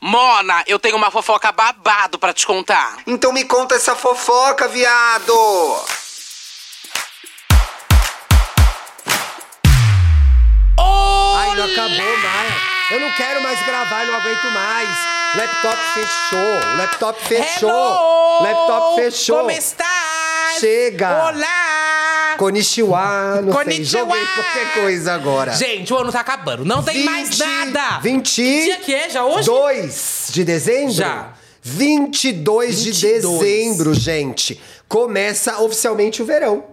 Mona, eu tenho uma fofoca babado pra te contar. Então me conta essa fofoca, viado! Ai, não acabou mais. Eu não quero mais gravar, eu não aguento mais. Laptop fechou, laptop fechou, Hello! laptop fechou. Como estás? Chega. Olá! Konnichiwa, não sei, Konnichiwa! joguei qualquer coisa agora. Gente, o ano tá acabando. Não tem mais 20, nada! 20. Dia que é? Já hoje? 2 de dezembro? Já. 22, de 22. dezembro, gente. Começa oficialmente o verão.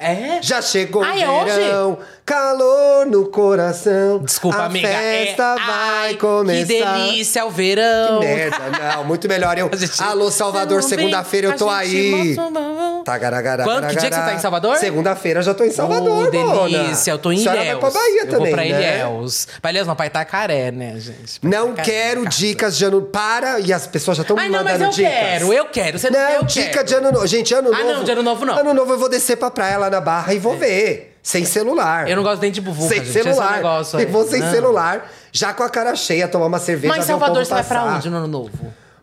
É? Já chegou Ah, o é hoje? verão, calor no coração. Desculpa, a amiga. é- festa Ai, vai começar. Que delícia, o verão. Merda, não, muito melhor eu. A gente- Alô, Salvador, Tudo bem? segunda-feira eu tô A gente aí. Tá bota um bom- Tagaragará, Quanto? Que dia que você tá em Salvador? Segunda-feira eu já tô em Salvador, Ô, mona. delícia, eu tô em A Ilhéus. senhora vai pra Bahia eu também, vou pra né? Ilhéus. Pra Ilhéus não, pra Itacaré, né, gente? Pra Não Itacaré, quero casa. dicas de ano... Para! E as pessoas já estão me Ai, não, mandando mas eu dicas. quero, eu quero. Você não, Não, eu dica quero. de ano novo. Gente, ano Ah, novo... não, de ano novo não. É. Ano novo eu vou descer pra praia lá na Barra e vou ver. Sem celular. Eu não gosto nem de buvuca, sem gente. esse é o celular. negócio e aí. vou sem Não. celular, já com a cara cheia, tomar uma cerveja, Mas ver o Salvador, povo você vai pra passar. onde no ano novo?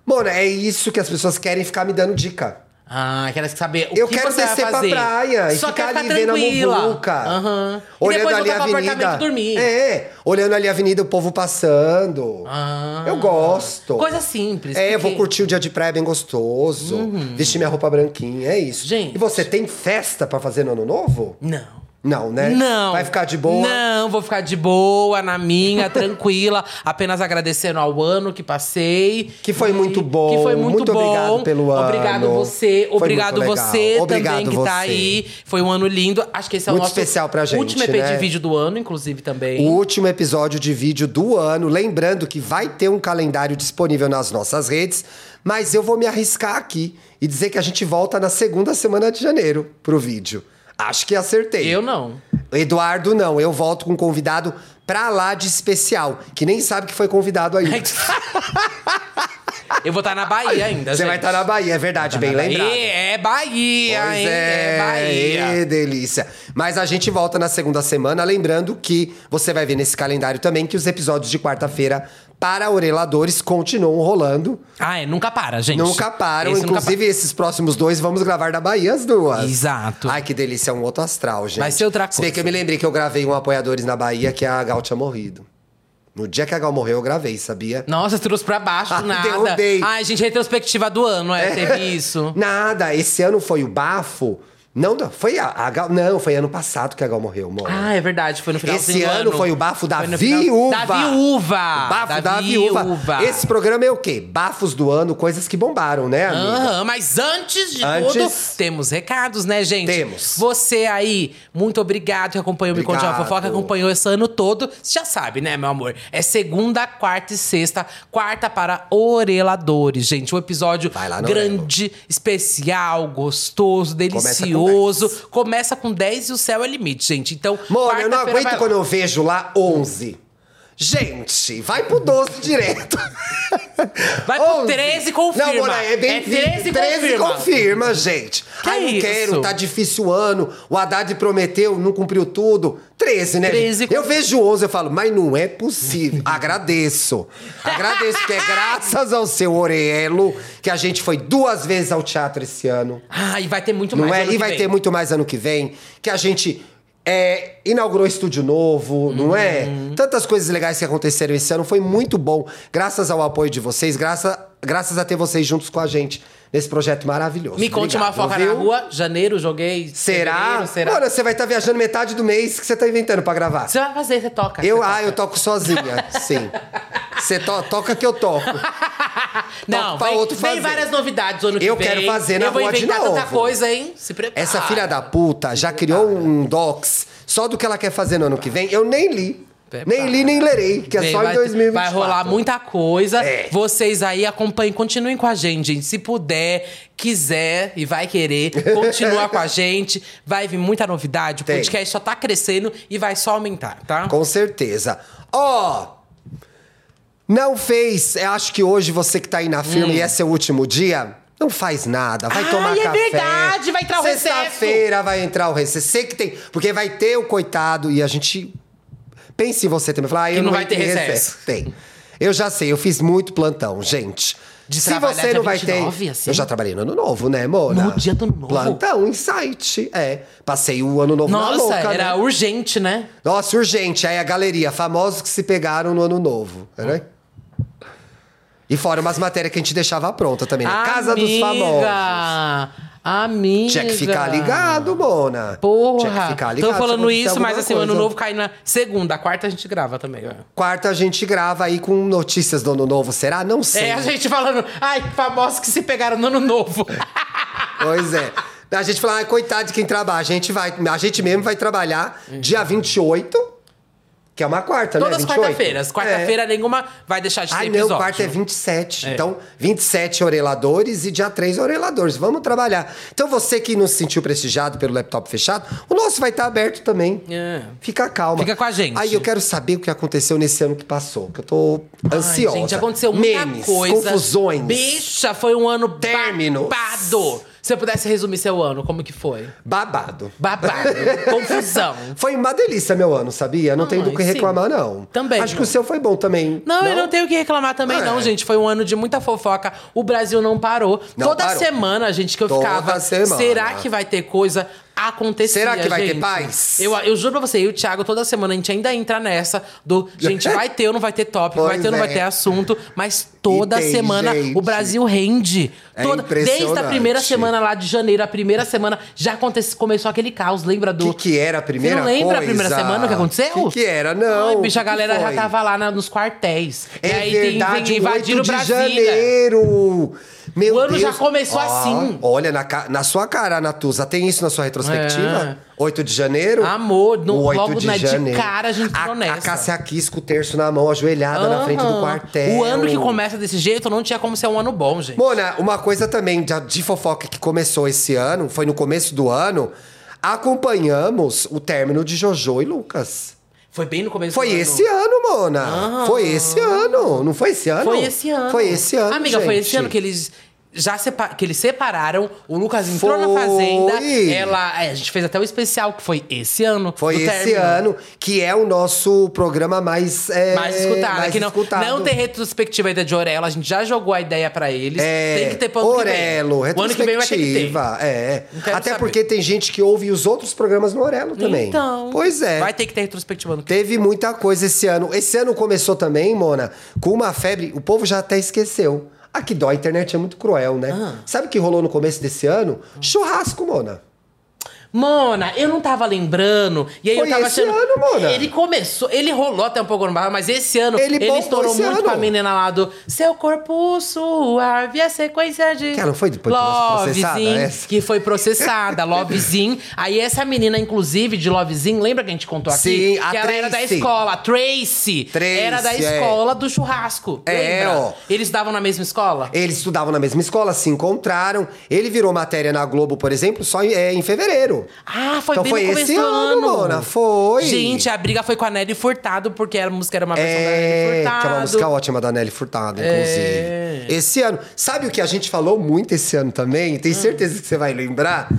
Mona, é isso que as pessoas querem ficar me dando dica. Ah, quero saber o Eu que quero você vai descer pra fazer. praia e Só ficar quero ali ficar vendo a tranquila. muvuca. Aham. e Olhando depois ali a voltar pro avenida. apartamento dormir. É, olhando ali a avenida, o povo passando. Ah. Eu gosto. Coisa simples, É, eu vou porque- curtir o dia de praia bem gostoso. Vestir minha roupa branquinha, é isso. Uhum. Gente. E você tem festa pra fazer no ano novo? Não. Não, né? Não. Vai ficar de boa? Não, vou ficar de boa, na minha, tranquila. Apenas agradecendo ao ano que passei. Que foi muito bom. Que foi muito, Muito bom. obrigado pelo ano. Obrigado você. Foi Obrigado muito legal. você Obrigado também que tá você. aí. Foi um ano lindo. Acho que esse é o Muito nosso especial pra gente, último EP de né? vídeo do ano, inclusive, também. O último episódio de vídeo do ano. Lembrando que vai ter um calendário disponível nas nossas redes, mas eu vou me arriscar aqui e dizer que a gente volta na segunda semana de janeiro pro vídeo. Acho que acertei. Eu não. Eduardo, não. Eu volto com um convidado pra lá de especial, que nem sabe que foi convidado aí. Eu vou estar na Bahia ainda, gente. Você Tá vai estar na Bahia, é verdade, bem lembrado. Bahia, é Bahia, Pois hein? É, Bahia. ê, delícia. Mas a gente volta na segunda semana, lembrando que você vai ver nesse calendário também que os episódios de quarta-feira para oreladores continuam rolando. Ah, é, nunca para, gente. Nunca param, Esse nunca inclusive esses próximos dois vamos gravar da Bahia as duas. Exato. Ai, que delícia, é um outro astral, gente. Vai ser outra Se bem coisa. que eu me lembrei que eu gravei um Apoiadores na Bahia que a Gal tinha morrido. No dia que a Gal morreu, eu gravei, sabia? Nossa, trouxe pra baixo, Ah, nada. derrubei. Ai, gente, é retrospectiva do ano, é, teve isso. Nada, esse ano foi o bafo. Não, da- foi a, a Gal. Não, foi ano passado que a Gal morreu, amor. Ah, é verdade, foi no final Esse ano foi o bafo da viúva. Da viúva. O bafo da, viúva. Esse programa é o quê? Bafos do ano, coisas que bombaram, né, amiga? Aham, mas antes de Antes- tudo, temos recados, né, gente? Temos. Você aí, muito obrigado que acompanhou o Me Conte Uma Obrigado. Fofoca, acompanhou esse ano todo. Você já sabe, né, meu amor? É segunda, quarta e sexta. Quarta para Oreladores, gente. Um episódio Vai lá no grande, especial, gostoso, delicioso. Começa com, 10 e o céu é limite, gente. Então, Mona, eu quarta-feira não aguento vai lá. quando eu vejo lá 11. Gente, vai pro 12 direto. Vai pro 11. 13 confirma. Não, Mona, é bem É 13 confirma. confirma, gente. Que Ai, não isso? quero, tá difícil o ano. O Haddad prometeu, não cumpriu tudo. 13, né? 13 gente? Eu vejo 11, eu falo, mas não é possível. Agradeço. Agradeço, porque é graças ao seu Orelo que a gente foi duas vezes ao teatro esse ano. Ah, e vai ter muito Não mais. é? ano E que vai vem. ter muito mais ano que vem. Que a gente é, inaugurou estúdio novo, não é? Uhum. Tantas coisas legais que aconteceram esse ano. Foi muito bom. Graças ao apoio de vocês, graça, graças a ter vocês juntos com a gente nesse projeto maravilhoso. Me conte uma Obrigado, foca na viu? rua. Janeiro, joguei. Será? fevereiro, será? Mano, você vai estar viajando metade do mês que você tá inventando pra gravar. Você vai fazer, você toca. Eu, você ah, toca. eu toco sozinha, sim. Você to- toca que eu toco. Não, toco pra vem, outro vem fazer. várias novidades ano que Eu vem. quero fazer na Eu vou rua de inventar tanta novo. coisa, hein? Se Ah, prepara. Essa filha da puta já criou um docs só do que ela quer fazer no ano que vem. Eu nem li. Prepara. Nem li, nem lerei, que é Vem, só em vai, 2024. vai rolar muita coisa. É. Vocês aí acompanhem, continuem com a gente, gente. Se puder, quiser e vai querer, continua com a gente. Vai vir muita novidade. O Tem. podcast só tá crescendo e vai só aumentar, tá? Com certeza. Ó! não fez. Eu acho que hoje você que tá aí na firma e esse é o último dia. Não faz nada, vai Ai, tomar Hum. é café. verdade, vai entrar o recesso. Sexta-feira vai entrar o recesso. Sei que tem, porque vai ter o coitado e a gente pensa em você também. Falar, ah, eu não não vai ter entrei em recesso. Tem. Eu já sei, eu fiz muito plantão, gente. De Se trabalhar você dia não vai 29, ter. assim? Eu já trabalhei no ano novo, né, Mona? No dia do Ano Novo? Plantão, insight. É. Passei o ano novo na Nossa, louca. era né? urgente, né? Nossa, urgente. Aí a galeria, famosos que se pegaram no ano novo. Ah. Né? E fora umas matérias que a gente deixava pronta também. Né? Casa dos famosos. Amiga! Amiga! Tinha que ficar ligado, Mona. Porra! Tinha que ficar ligado. Tô falando tinha que isso, acontecer mas alguma assim, o ano coisa. novo cai na segunda, a quarta a gente grava também. ó. Quarta a gente grava aí com notícias do ano novo, será? Não sei. É, a gente falando, ai, famosos que se pegaram no ano novo. Pois é. A gente fala, ah, coitado de quem trabalha. A gente, vai, a gente mesmo vai trabalhar dia 28, que é uma quarta, Uhum. Todas né? as 28. quarta-feiras. Quarta-feira nenhuma vai deixar de ter Ai, episódio. não, quarta é 27. Então, 27 oreladores e dia 3 oreladores. Vamos trabalhar. Então, você que não se sentiu prestigiado pelo laptop fechado, o nosso vai estar aberto também. É. Fica calma. Fica com a gente. Aí, eu quero saber o que aconteceu nesse ano que passou, que eu tô ansiosa. Ai, gente, aconteceu muita Memes, coisa. confusões. Bicha, foi um ano Términos. babado. Se eu pudesse resumir seu ano, como que foi? Babado. Babado. confusão. Foi uma delícia meu ano, sabia? Não tenho do Ai, que sim. reclamar, não. Também Acho que não. o seu foi bom também. Não, eu não tenho o que reclamar também, Ah, não, é. gente. Foi um ano de muita fofoca. O Brasil não parou. Não Toda parou. semana, gente, que eu Toda ficava. semana. Será que vai ter coisa? Acontecia, Será que vai ter gente. paz? Eu, eu juro pra você, eu e o Thiago, toda semana a gente ainda entra nessa do. Gente, vai ter ou não vai ter tópico, vai Pois ter ou não vai é. ter assunto, mas toda E tem, semana gente. o Brasil rende. É Toda- desde a impressionante. primeira semana lá de janeiro, a primeira semana já aconteceu, começou aquele caos, lembra do. O que, que era a primeira Você não lembra coisa? a primeira semana o que aconteceu? O que, que era? Não. Ai, bicho, a O que galera já foi? tava lá na- nos quartéis. É e aí tem- verdade, tem, o 8 invadiram de Brasília. janeiro. Meu O ano já Deus. começou Ah, assim. Olha, na, ca- na sua cara, Natuza, tem isso na sua retrospectiva? 8 de janeiro? É. Amor, no- O logo, né, de cara a gente entrou a, nessa. A Cássia quis com o terço na mão, ajoelhada na frente do Aham. quartel. O ano que começa desse jeito não tinha como ser um ano bom, gente. Mona, uma coisa também de, de fofoca que começou esse ano, foi no começo do ano, acompanhamos o término de Jojo e Lucas. Foi bem no começo Foi do ano. esse ano, Mona. Ah. Foi esse ano. Não foi esse ano? Foi esse ano. Foi esse ano, Amiga, foi esse gente. ano que eles já sepa- que eles separaram, o Lucas entrou na fazenda, Foi. ela, é, a gente fez até o especial que foi esse ano. Foi do esse término. ano, que é o nosso programa mais... é, Mais escutada, mais que não, escutado. não tem retrospectiva ainda de Orela, a gente já jogou a ideia pra eles. É, tem que ter pro ano Orelo, que vem. O ano que vem vai ter que ter. retrospectiva, É. Não quero Até saber. porque tem gente que ouve os outros programas no Orelo também. Então. Pois é. Vai ter que ter retrospectiva ano que Teve muita coisa esse ano. Esse ano começou também, Mona, com uma febre. O povo já até esqueceu. Ah, que dó, a internet é muito cruel, né? Ah. Sabe o que rolou no começo desse ano? Churrasco, Mona. Mona, eu não tava lembrando. E aí Foi eu tava esse achando. ano, Mona. Ele começou, ele rolou até um pouco no bar, mas esse ano Ele ele, bombou estourou esse muito ano. com a menina lá do Seu Corpo Suave, a sequência de. Que ela não foi depois processada, né? Lovezinho, essa? que foi processada, Lovezinho. Aí essa menina, inclusive, de Lovezinho, lembra que a gente contou aqui? Sim, a que ela era da Tracy. escola, a Tracy. Tracy, Era da é. escola do churrasco. É, lembra? ó. Eles davam na mesma escola? Eles estudavam na mesma escola, se encontraram. Ele virou matéria na Globo, por exemplo, só em, é, em fevereiro. Ah, foi Então bem foi no começo esse do ano, Mona, foi. Gente, a briga foi com a Nelly Furtado, porque a música era uma versão da Nelly Furtado. É, É. que é uma música ótima da Nelly Furtado, inclusive. Esse ano. Sabe o que a gente falou muito esse ano também? Hum. Tenho certeza que você vai lembrar.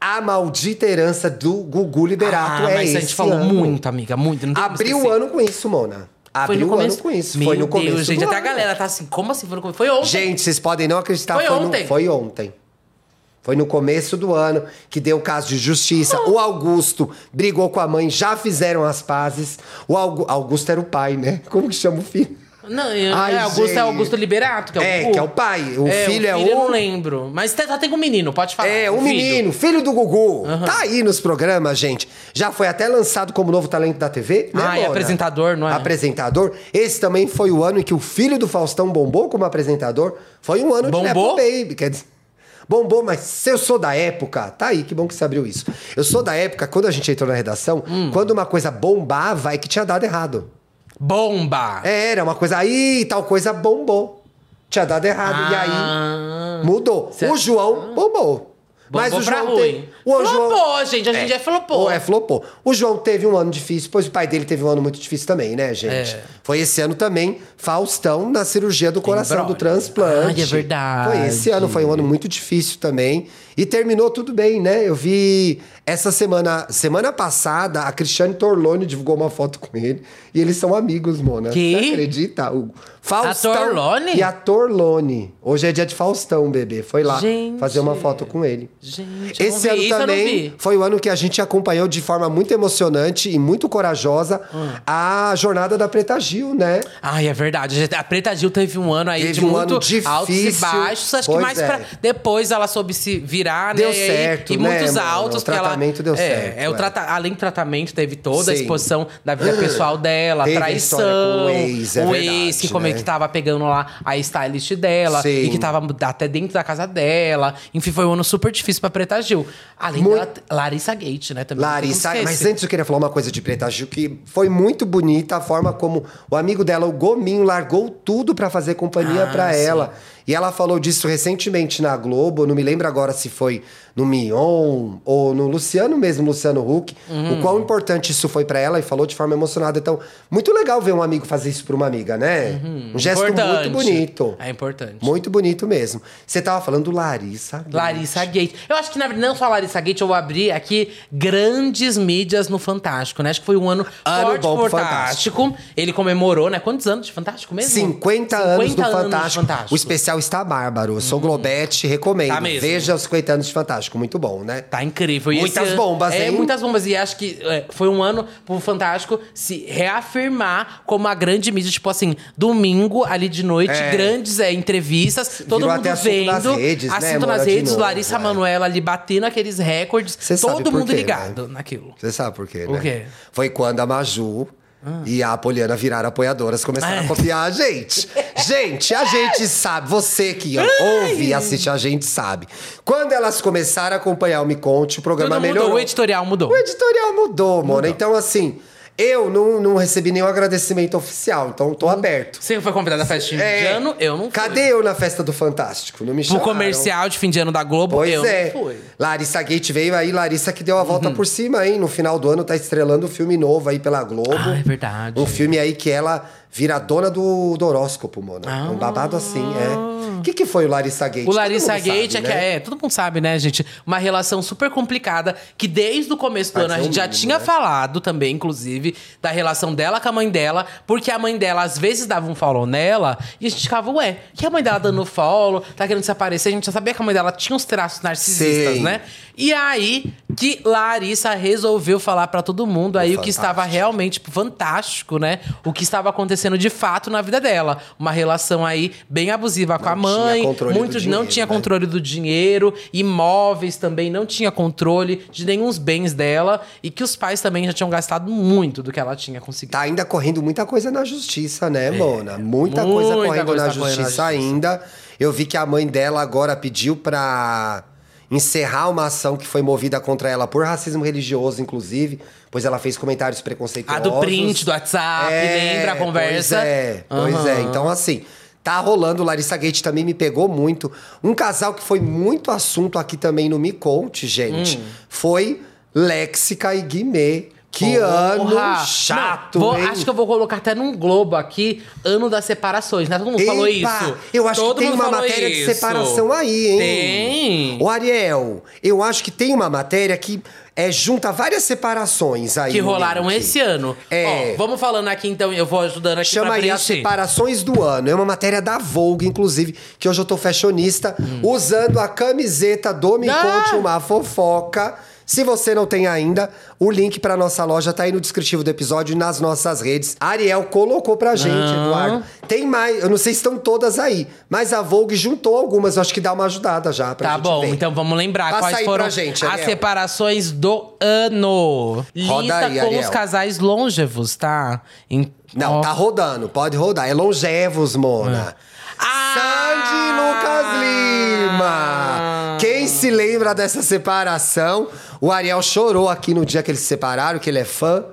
A maldita herança do Gugu Liberato. ah, é mas esse a gente falou ano. muito, amiga, muito. Não tem como Abriu o esquecer. ano com isso, Mona. Foi Abriu no o ano começo. com isso. Meu foi no Deus, começo. do gente, até a ano. galera tá assim, como assim? Foi no começo? Foi ontem. Gente, vocês podem não acreditar. Foi Foi, no- ontem. foi ontem. Foi no começo do ano que deu o caso de justiça. O Augusto brigou com a mãe, já fizeram as pazes. O Augu- Augusto era o pai, né? Como que chama o filho? Não, eu- Ai, é, Augusto gente. é Augusto Liberato, que é o É, que é o pai. O filho é Eu o- não lembro. Mas te- só tem um menino, pode falar. É, um o menino, filho do Gugu. Tá aí nos programas, gente. Já foi até lançado como novo talento da TV, né, Ah, e Mona? apresentador, não é? Apresentador. Esse também foi o ano em que o filho do Faustão bombou como apresentador. Foi um ano Bombou? de Nepo Baby, quer dizer... Bombou, mas se eu sou da época, tá aí, que bom que você abriu isso. Eu sou da época, quando a gente entrou na redação, Hum. quando uma coisa bombava é que tinha dado errado. É, Bomba! Era uma coisa aí, tal coisa bombou. Tinha dado errado. E aí, Ah. mudou. Cê- Ah. O João bombou. Bombou pra ruim. o Flopou, gente, a gente é flopou. É, flopou. O João teve um ano difícil, pois o pai dele teve um ano muito difícil também, né, gente? É. Foi esse ano também, Faustão na cirurgia do coração, do Brody. transplante. Ai, é verdade. Foi esse ano, foi um ano muito difícil também. E terminou tudo bem, né? Eu vi essa semana, semana passada, a Cristiane Torlone divulgou uma foto com ele. E eles são amigos, Mona. Que? Você acredita? O Faustão Torlone? E a Torlone. Hoje é dia de Faustão, bebê. Foi lá Gente. fazer uma foto com ele. Gente, eu não Esse vi ano isso, eu não também vi. foi o ano que a gente acompanhou de forma muito emocionante e muito corajosa Ah. a jornada da Preta Gil, né? Ai, é verdade. gente. A Preta Gil teve um ano aí Teve de um muito ano difícil. altos e baixos. Acho Pois que mais é. pra. Depois ela soube se virar, Deu né? E aí- certo, E né, muitos mano? altos. O porque ela- tratamento deu é, certo, É, o é. trata... Além do tratamento, teve toda a Sim. exposição da vida pessoal dela, a Teve traição. história com o ex, é o verdade, ex que, como né? é que tava pegando lá a stylist dela Sim. e que tava até dentro da casa dela. Enfim, foi um ano super difícil pra Preta Gil. Além Muito- da Larissa Gate, né? Também não tem como Larissa, mas esquecer. antes um eu queria falar uma coisa de Preta Gil, que foi muito bonita a forma como o amigo dela, o Gominho, largou tudo pra fazer companhia Ah, pra sim. ela. E ela falou disso recentemente na Globo, eu não me lembro agora se foi no Mion ou no Luciano mesmo, Luciano Huck, o Uhum. quão importante isso foi pra ela e falou de forma emocionada. Então, muito legal ver um amigo fazer isso pra uma amiga, né? Um gesto Uhum. Importante. muito bonito. É importante. Muito bonito mesmo. Você tava falando Larissa. Gay. Larissa Gate. Eu acho que, na verdade, não só Larissa Gate, eu abri aqui grandes mídias no Fantástico, né? Acho que foi um ano, Ano forte bom pro pro Fantástico. Ele comemorou, né? Quantos anos de Fantástico mesmo? 50 anos do 50 Fantástico. anos de Fantástico. Uhum. O especial está bárbaro. Eu sou Globete, recomendo. Tá mesmo. Veja os 50 anos de Fantástico. Muito bom, né? Tá incrível. E Muitas esse- bombas, É, hein? muitas bombas. E acho que é, foi um ano pro Fantástico se reafirmar como a grande mídia. Tipo assim, domingo, ali de noite, É. grandes é, entrevistas. Todo Virou mundo até assunto vendo. nas redes, né, assunto Mora, nas de redes. novo, Larissa é. Manoela ali batendo aqueles recordes. Cê sabe todo por mundo quê, né? ligado naquilo. Você sabe por quê, né? Por quê? Foi quando a Maju e a Poliana viraram apoiadoras, começaram Ah, é. a copiar a gente. gente, a gente sabe. Você que ó, ouve e assiste, a gente sabe. Quando elas começaram a acompanhar o Me Conte, o Tudo programa mudou, melhorou. o editorial mudou. O editorial mudou, mano. Então, assim, eu não, não recebi nenhum agradecimento oficial. Então, Hum. tô aberto. Você foi convidada à festa de fim de É. ano, eu não fui. Cadê eu na festa do Fantástico? Não me O chamaram. comercial de fim de ano da Globo, Pois eu é. não fui. Uhum. Larissa Gate veio aí, Larissa que deu a volta por cima, hein? No final do ano tá estrelando um filme novo aí pela Globo. Ah, é verdade. Um filme aí que ela vira a dona do, do horóscopo, mano. Ah. Um babado assim, é. O que, que foi o Larissa Gate? O Larissa Todo mundo Gate sabe, é que né? é, todo mundo sabe, né, gente? Uma relação super complicada que desde o começo do Mas ano a é o gente já mínimo, tinha né? falado também, inclusive, da relação dela com a mãe dela, porque a mãe dela às vezes dava um follow nela e a gente ficava, ué, que a mãe dela dando follow, tá querendo se aparecer, a gente já sabia que a mãe dela tinha uns traços narcisistas, Sim. né? E aí que Larissa resolveu falar pra todo mundo aí o que Fantástico. estava realmente tipo, fantástico, né? O que estava acontecendo de fato na vida dela. Uma relação aí bem abusiva com a Não tinha mãe, controle do muitos não dinheiro, tinha né? controle controle do dinheiro, imóveis também não tinha controle de nenhum dos bens dela e que os pais também já tinham gastado muito do que ela tinha conseguido. Tá ainda correndo muita coisa na justiça, né, Mona? Muita, É, muita coisa correndo coisa tá na, correndo na justiça justiça. ainda. Eu vi que a mãe dela agora pediu pra encerrar uma ação que foi movida contra ela por racismo religioso, inclusive, pois ela fez comentários A preconceituosos. do print do WhatsApp, lembra a conversa? É, Pois é, pois Aham. é. Então, assim, tá rolando. Larissa Gate também me pegou muito. Um casal que foi muito assunto aqui também no Me Conte, gente, Hum. foi Léxica e Guimê. Que Porra! ano chato, Não, vou- hein? Acho que eu vou colocar até num globo aqui, ano das separações, né? Todo mundo falou Epa, isso. Eu acho Todo que tem mundo uma falou matéria isso. de separação aí, hein? Tem. O Ariel, eu acho que tem uma matéria que é, junta várias separações aí. Que no rolaram link. esse ano. É. Ó, vamos falando aqui então, eu vou ajudando aqui Chama pra aí as preencher. separações do ano. É uma matéria da Vogue, inclusive, que hoje eu tô fashionista, usando a camiseta do Me Hum. Ah! Conte Uma Fofoca. Se você não tem ainda, o link pra nossa loja tá aí no descritivo do episódio e nas nossas redes. Ariel colocou pra gente, Ah. Eduardo. Tem mais, eu não sei se estão todas aí, mas a Vogue juntou algumas, eu acho que dá uma ajudada já pra Tá gente bom, ver. então vamos lembrar Passa quais aí foram pra gente, as Ariel. separações do ano. Lista Roda aí, com os Ariel. casais longevos, tá? Em- Não, ó. tá rodando, pode rodar. É longevos, Mona. Ah! Sandy e Lucas Lima! Quem se lembra dessa separação? O Ariel chorou aqui no dia que eles se separaram, que ele é fã.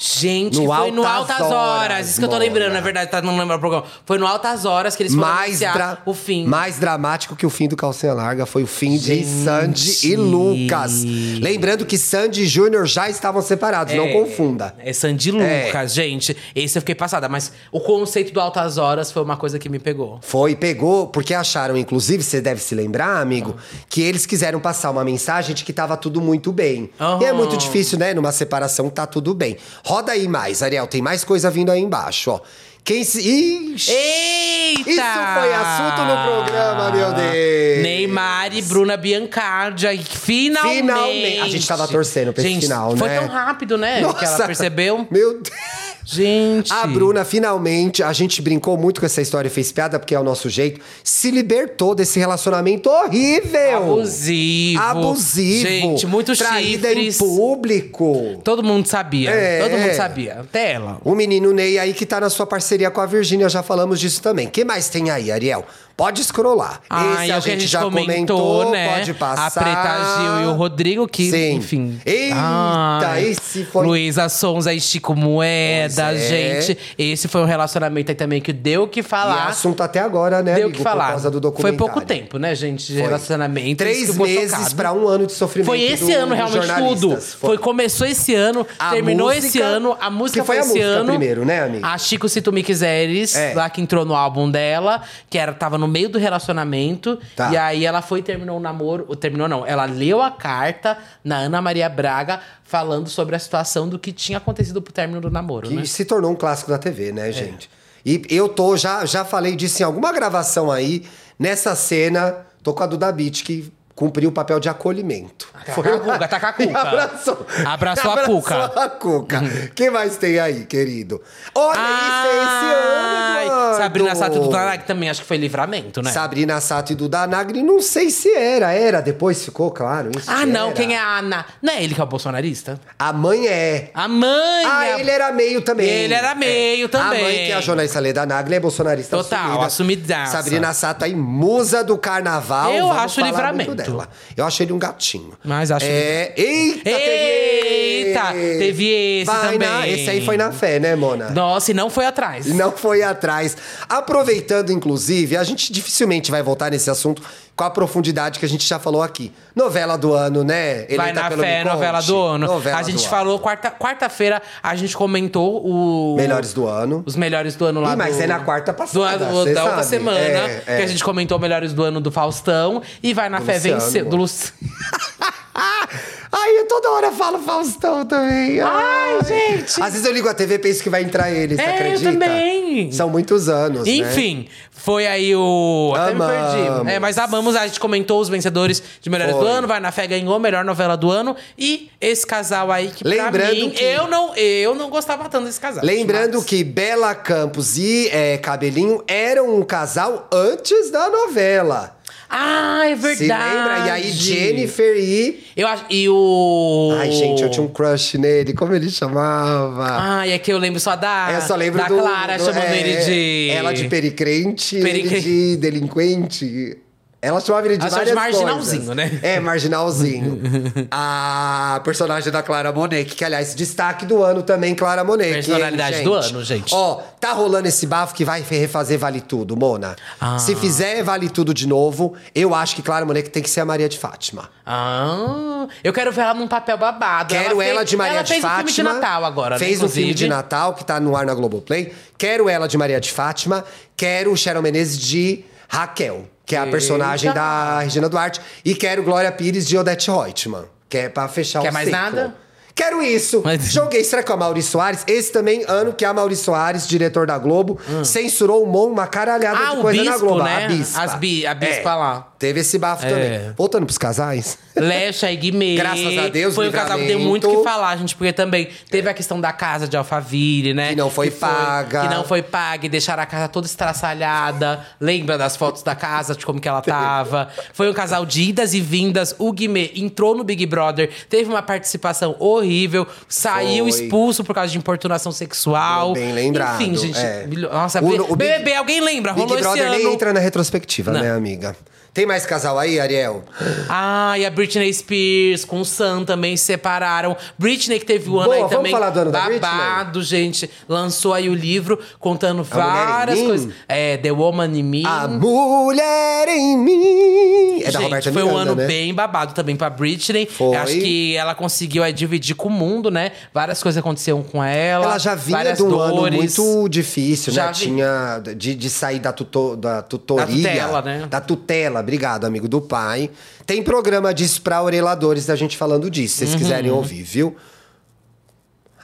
Gente, No foi no Altas Altas Horas. Horas, Isso que eu tô Mona. lembrando, na verdade, tá, não lembro o programa. Foi no Altas Horas que eles foram mais, anunciar dra- o fim. mais dramático que o fim do Calcinha Larga foi o fim de Sandy e Lucas. Lembrando que Sandy e Júnior já estavam separados, não É, confunda. É. É Sandy Lucas, gente. Esse eu fiquei passada, mas o conceito do Altas Horas foi uma coisa que me pegou. Foi, pegou, porque acharam, inclusive, você deve se lembrar, amigo, que eles quiseram passar uma mensagem de que tava tudo muito bem. Aham. E é muito difícil, né? Numa separação tá tudo bem. Roda aí mais, Ariel, tem mais coisa vindo aí embaixo, ó. Quem se. Ixi! Eita! Isso foi assunto no programa, meu Deus. Neymar e Bruna Biancardi. aí, Finalmente. Finalmente. A gente tava torcendo pra esse Gente, final, Foi né? tão rápido, né? Que ela Nossa! percebeu. Meu Deus! Gente. A Bruna, finalmente, a gente brincou muito com essa história, fez piada, porque é o nosso jeito, se libertou desse relacionamento horrível. Abusivo. Abusivo. Gente, muito Traída chifres. em público. Todo mundo sabia. É. Todo mundo sabia. Até ela. O Um menino Ney aí que tá na sua parceria com a Virgínia, já falamos disso também. que mais tem aí, Ariel? Pode escrolar. Ah, Esse é a o que gente, já comentou, né? pode passar. Tá A Preta Gil e o Rodrigo, que, Sim. enfim. Eita, Ai. esse foi- Luísa Sonza e Chico Moeda, Pois é. gente. Esse foi um relacionamento aí também que deu o que E é falar. assunto até agora, né, deu o amigo, que falar. por causa do foi documentário. pouco tempo, né, gente, de relacionamento. Isso Três que eu tô meses chocado. pra um ano de sofrimento Foi do- esse ano dos realmente tudo. jornalistas. Foi. começou esse ano, A terminou música- esse ano, a música que foi a esse música ano. primeiro, né, amigo? A Chico Se Tu Me Quiseres, É. lá que entrou no álbum dela, que era tava no meio do relacionamento, Tá. e aí ela foi e terminou o namoro, ou terminou não, ela leu a carta na Ana Maria Braga falando sobre a situação do que tinha acontecido pro término do namoro, né? É. Que se tornou um clássico da TV, né, gente? E eu tô, já, já falei disso em alguma gravação aí, nessa cena, tô com a Duda Beat, que cumpriu o papel de acolhimento. Tá com a cuca, tá com a cuca. Me Abraçou. Abraçou a cuca. Uhum. Abraçou a cuca. Quem mais tem aí, querido? Olha Ai, isso, esse ano, Sabrina Eduardo. Sato do Tanag também acho que foi livramento, né? Sabrina Sato e Duda Nagri, não sei se era, era, depois ficou claro isso. ah, que não, era. quem é a Ana? Não é ele que é o bolsonarista? A mãe é. A mãe! Ah, é a- ele era meio também. É. Ele era meio também. A mãe, que é a jornalista Leda Nagli, é bolsonarista Total, assumidaça. Sabrina Sato aí, musa do carnaval. Eu Vamos acho falar livramento. muito dela. Eu achei ele um gatinho. Mas acho É... Eita, Eita, teve esse. teve esse Vai na- também. Esse aí foi na fé, né, Mona? Nossa, e não foi atrás. Não foi atrás. Aproveitando, inclusive, a gente dificilmente vai voltar nesse assunto com a profundidade que a gente já falou aqui. Novela do ano, né? Vai Eleita na pelo fé, Biconte. novela do ano. Novela a gente do falou quarta- quarta-feira, a gente comentou o Melhores do ano. os melhores do ano lá. Ih, mas do- é na quarta passada, do- cê da outra sabe. semana É, é. que a gente comentou melhores do ano do Faustão e vai na Do fé Luciano, Né? vencer amor. do Luci- Ai, Ah, eu toda hora falo Faustão também. Ai, gente. Às vezes eu ligo a TV e penso que vai entrar ele, você É, eu acredita? também. São muitos anos, né? Enfim, foi aí o. Até me Amamos. perdi. É, mas amamos, a gente comentou os vencedores de melhores Foi. do ano, Vai na Fé ganhou, melhor novela do ano. E esse casal aí que pra Lembrando mim, que- eu, não, eu não gostava tanto desse casal. Lembrando Mas- que Bela Campos e eh, Cabelinho eram um casal antes da novela. Ah, é verdade. Se lembra? E aí Jennifer e... Eu acho. E o. Ai, gente, eu tinha um crush nele. Como ele chamava? Ai, é que eu lembro só da. eu só lembro da do... Clara do- chamando é, ele de. Ela de pericrente, Pericre- ele de delinquente. Ela chamava ele de Ela chama de várias marginalzinho, coisas. né? É, marginalzinho. a personagem da Clara Monet, que, aliás, destaque do ano também, Clara Monet. Personalidade hein, do ano, gente. Ó, tá rolando esse bafo que vai refazer Vale Tudo, Mona. Ah. Se fizer Vale Tudo de novo, eu acho que Clara Monet tem que ser a Maria de Fátima. Ah, eu quero ver ela num papel babado. Quero ela, fez- de Maria ela de fez Fátima. um filme de Natal agora, Fez né, um filme de inclusive. Natal que tá no ar na Globoplay. Quero ela de Maria de Fátima. Quero o Sharon Menezes de Raquel, que é a personagem Eita. da Regina Duarte. E quero Glória Pires de Odete Reutemann, que é pra fechar Quer o mais ciclo. nada? Quero isso. Mas- Joguei, será que é o Maurício Soares? Esse também, ano que a Maurício Soares, diretor da Globo, censurou um mon- uma caralhada Hum. Ah, de o coisa na bispo, Globo. né? A bispa. As bi- a bispa É. lá. Teve esse bafo também. Voltando pros casais. Lecha e Guimê. Graças a Deus, Foi um casal que deu livramento. É. muito o que falar, gente, porque também teve a questão da casa de Alphaville, né? Que não foi paga. que não foi paga e deixaram a casa toda estraçalhada. Lembra das fotos da casa, de como que ela tava. Foi um casal de idas e vindas. O Guimê entrou no Big Brother, teve uma participação horrível, saiu Foi. expulso por causa de importunação sexual. Bem lembrado, Enfim, gente. é. milho- Nossa, O- o Big- BBB, alguém lembra? Big Rolou esse Brother ano. nem entra na retrospectiva, Não. né, amiga? Tem mais casal aí, Ariel? Ah, e a Britney Spears com o Sam também se separaram. Britney, que teve o ano Boa, aí vamos também. falar do ano da Britney? babado, gente. Lançou aí o livro contando Mulher em várias Mim? coisas. É, The Woman in Me. A mulher em mim. É da Gente, Roberta foi um Miranda, ano né? bem babado também pra Britney. Foi. Acho que ela conseguiu aí, dividir com o mundo, né? Várias coisas aconteceram com ela. Ela já vinha várias de um ano dores. muito difícil, Já né? vi- Tinha de, de sair da, tuto- da tutoria. Da tutela, né? Da tutela, obrigado, amigo do pai. Tem programa disso pra oreladores da gente falando disso, se vocês Uhum. quiserem ouvir, viu?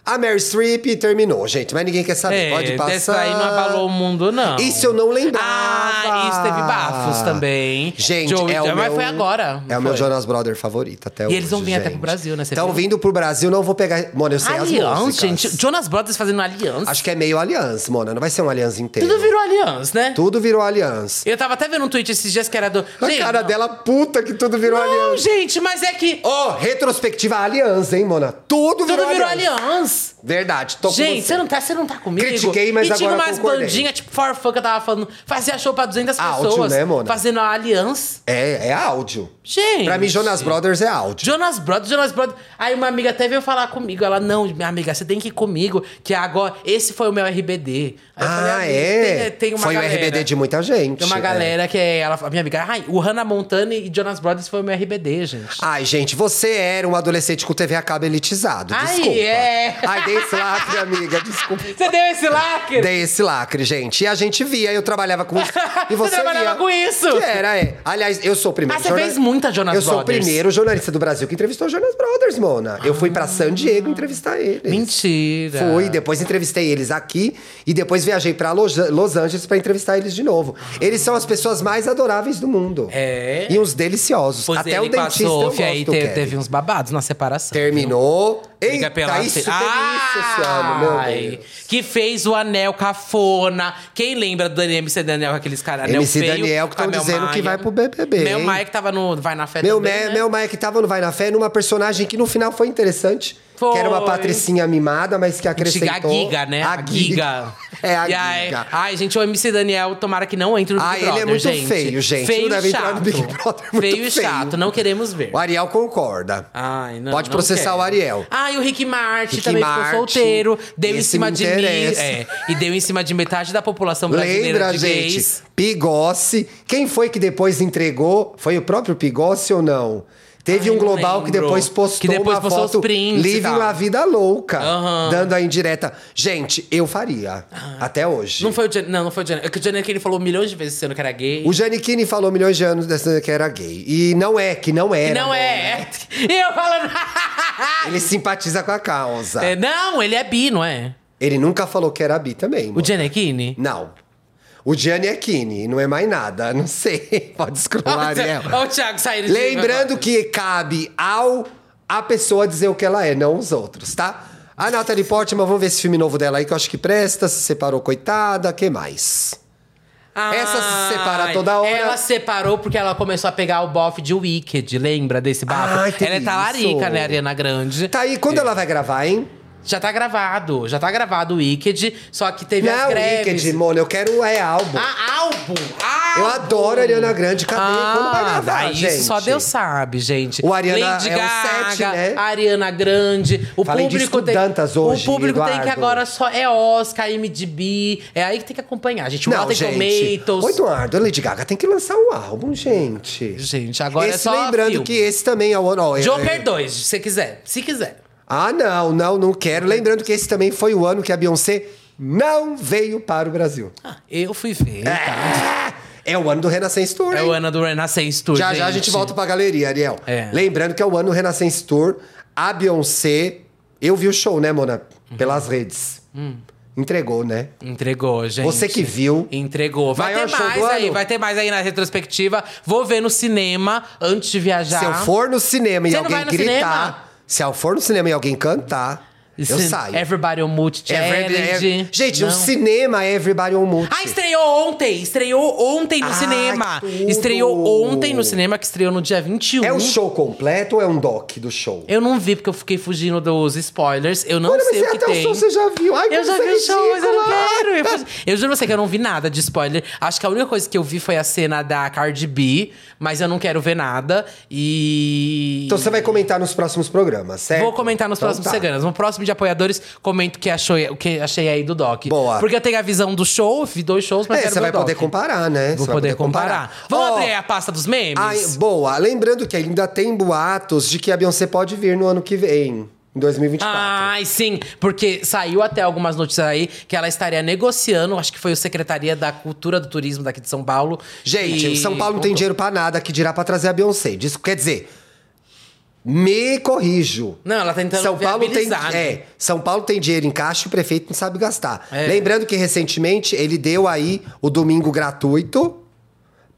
A Mary Streep terminou, gente, mas ninguém quer saber. É, Pode passar. Dessa aí não abalou o mundo, não. Isso eu não lembrava. Ah, isso teve bafos também. Gente, Joey- é o mas meu, foi agora. É não o meu foi? Jonas Brother favorito até hoje. eles vão vir até gente. pro Brasil, né? Você Estão viu? vindo pro Brasil, não vou pegar. Mano, eu sei as Aliança, músicas. gente. Jonas Brothers fazendo aliança. Acho que é meio aliança, mano. Não vai ser um aliança inteiro. Tudo virou aliança, né? Tudo virou aliança. Eu tava até vendo um tweet esses dias que era do. A Gente, cara não. dela puta que tudo virou Não, aliança. gente, mas é que. Ó, retrospectiva aliança, hein, Mona? Tudo virou, Tudo virou aliança. aliança. Verdade, tô com Gente, você. você não, tá, você não tá comigo? Critiquei, mas e tinha agora umas concordei. bandinhas, tipo Farfã, que eu tava falando, fazia show pra 200 Áudio, pessoas. né, Mona? Fazendo a aliança. É, é áudio. Gente. Pra mim, Jonas Brothers é áudio. Jonas Brothers, Jonas Brothers. Aí uma amiga até veio falar comigo. Ela, não, minha amiga, você tem que ir comigo, que agora esse foi o meu RBD. Aí eu falei, ah, "Amiga, é? Tem, tem uma Foi galera. o RBD de muita gente. Tem uma é. galera que é. Ela, a minha amiga, ai, o Hannah Montana e Jonas Brothers foi o meu RBD, gente. Ai, gente, você era um adolescente com TV a cabo elitizado, Ai, desculpa. é. Ai, dei esse lacre, amiga, desculpa. Você deu esse lacre? Dei esse lacre, gente. E a gente via, eu trabalhava com isso. E você, Você trabalhava via. com isso? Que era, é. Aliás, eu sou o primeiro. Ah, você fez muita Jonas Eu sou o Brothers. primeiro jornalista do Brasil que entrevistou Jonas Brothers, Mona. Eu fui pra San Diego entrevistar eles. Mentira. Fui, depois entrevistei eles aqui e depois viajei pra Los, Los Angeles pra entrevistar eles de novo. Eles são as pessoas mais adoráveis do mundo. É. E uns deliciosos. Pois Até ele o dentista eu passou, gosto, fi, aí te- Kevin. teve uns babados na separação. Terminou. Liga Eita, pela tá isso fe- Ah! teve isso esse ano, meu Ai, Deus. Que fez o anel cafona. Quem lembra do Daniel MC Daniel com aqueles caras? Anel MC feio, Daniel que com a Mel estão dizendo que Maia. vai pro BBB, Mel hein? Maia que tava no Vai na Fé Meu, também, me, né? meu Maia que tava no Vai na Fé numa personagem que no final foi interessante. Foi. Que era uma patricinha mimada, mas que acrescentou... Giga, a Giga, né? A, Giga. Giga. É, a E aí- Giga. Ai, gente, o MC Daniel, tomara que não entre no Big Ah, ele é Brother, muito gente. feio, gente. Feio Não deve e entrar chato. no Big Brother, é muito feio e feio. chato, não queremos ver. O Ariel concorda. Ai, não, Pode não processar quero. o Ariel. Ah, e o Rick Martin Rick também Martin, ficou solteiro. Deu em esse cima me de mim. interessa. É, e deu em cima de metade da população brasileira Lembra, de gente? gays. Pigossi. Quem foi que depois entregou? Foi o próprio Pigossi ou não? Teve Ai, um não global que lembro. depois postou Que depois uma postou os foto prints e Living tal. a Vida Louca, Aham. Ah. dando a indireta. Gente, eu faria, até hoje. Não foi o Johnny. Não, não foi o Johnny. É que o Johnny é que ele falou milhões de vezes sendo que era gay. O Giannichini falou milhões de anos dessa que era gay. E não é, que não era. né? não amor. é. E eu falando. Ele simpatiza com a causa. É, não, ele é bi, não é? Ele nunca falou que era bi também. O mano. Johnny é Kini? Não. O Gianni é Kini, não é mais nada. Não sei. Pode scrollar, Ariel. Olha o Thiago saindo de- Lembrando que cabe ao a pessoa dizer o que ela é, não os outros, tá? A Natalie Portman, vamos ver esse filme novo dela aí, que eu acho que presta. Se separou, coitada. que mais? essa se separa Ai, toda hora. Ela separou porque ela começou a pegar o bofe de Wicked, lembra desse bafo? Ai, tem ela é talarica, isso. né, Ariana Grande? Tá aí, quando ela vai gravar, hein? Já tá gravado, já tá gravado o Wicked, só que teve as não, greves. Wicked, mano, eu quero é álbum. Ah, álbum! álbum. eu adoro a Ariana Grande. Cadê? quando vai Ah, gravar, daí gente? isso só Deus sabe, gente. O Ariana Lady é um Gaga, set, né? Ariana Grande. O Falei de público tem estudantas hoje, O público tem que Eduardo. agora só é Oscar, MDB, é aí que tem que acompanhar, gente. Não, Rotten gente. Tomatoes. Ô, Eduardo, a Lady Gaga tem que lançar um álbum, gente. Gente, agora esse, é só lembrando filme. que esse também é o... ó, é- Joker 2, se você quiser. Se quiser. Ah, não, não, não quero. Lembrando que esse também foi o ano que a Beyoncé não veio para o Brasil. Ah, eu fui ver. tá? É o ano do Renaissance Tour, É hein? o ano do Renascença Tour. já, já a gente volta pra galeria, Ariel. É. Lembrando que é o ano do Renaissance Tour. A Beyoncé... Eu vi o show, né, Mona? Uhum. Pelas redes. Hum. Entregou, né? Entregou, gente. Você que viu. Entregou. Vai Maior ter show mais do aí, ano? vai ter mais aí na retrospectiva. Vou ver no cinema antes de viajar. Se eu for no cinema e Você não alguém vai no gritar... cinema? Se eu for no cinema e alguém cantar... Eu Sim, saio. Everybody on Mute Challenge. Everybody- gente, é Não. um cinema Everybody on Mute. Ah, estreou ontem! Estreou ontem no Ah, cinema! que tudo! Estreou ontem no cinema, que estreou no dia 21. É um show completo ou é um doc do show? Eu não vi, porque eu fiquei fugindo dos spoilers. Eu não Olha, mas é sei o que até tem. o show você já viu. Ai, Eu como já isso é vi o show, mas eu não ridículo. Tá, quero. Eu, fui- eu juro pra você que eu não vi nada de spoiler. Acho que a única coisa que eu vi foi a cena da Cardi B, mas eu não quero ver nada. E. Então você vai comentar nos próximos programas, certo? Vou comentar nos Então próximos tá. programas. No próximo de apoiadores, comento o que achou- o que achei aí do Doc. Boa. Porque eu tenho a visão do show, vi dois shows, mas É, quero ver você vai o doc. poder comparar, né? Vou Você vai poder comparar. Vamos Ó, abrir a pasta dos memes? ai, boa. Lembrando que ainda tem boatos de que a Beyoncé pode vir no ano que vem, em 2024. Ai, sim, porque saiu até algumas notícias aí que ela estaria negociando, acho que foi o Secretaria da Cultura do Turismo daqui de São Paulo. Gente, e- São Paulo não tem dinheiro pra nada que dirá pra trazer a Beyoncé. Disso quer dizer, me corrijo. Não, ela tá tentando São Paulo tem, viabilizar, né? é, São Paulo tem dinheiro em caixa e o prefeito não sabe gastar. É. Lembrando que recentemente ele deu aí o domingo gratuito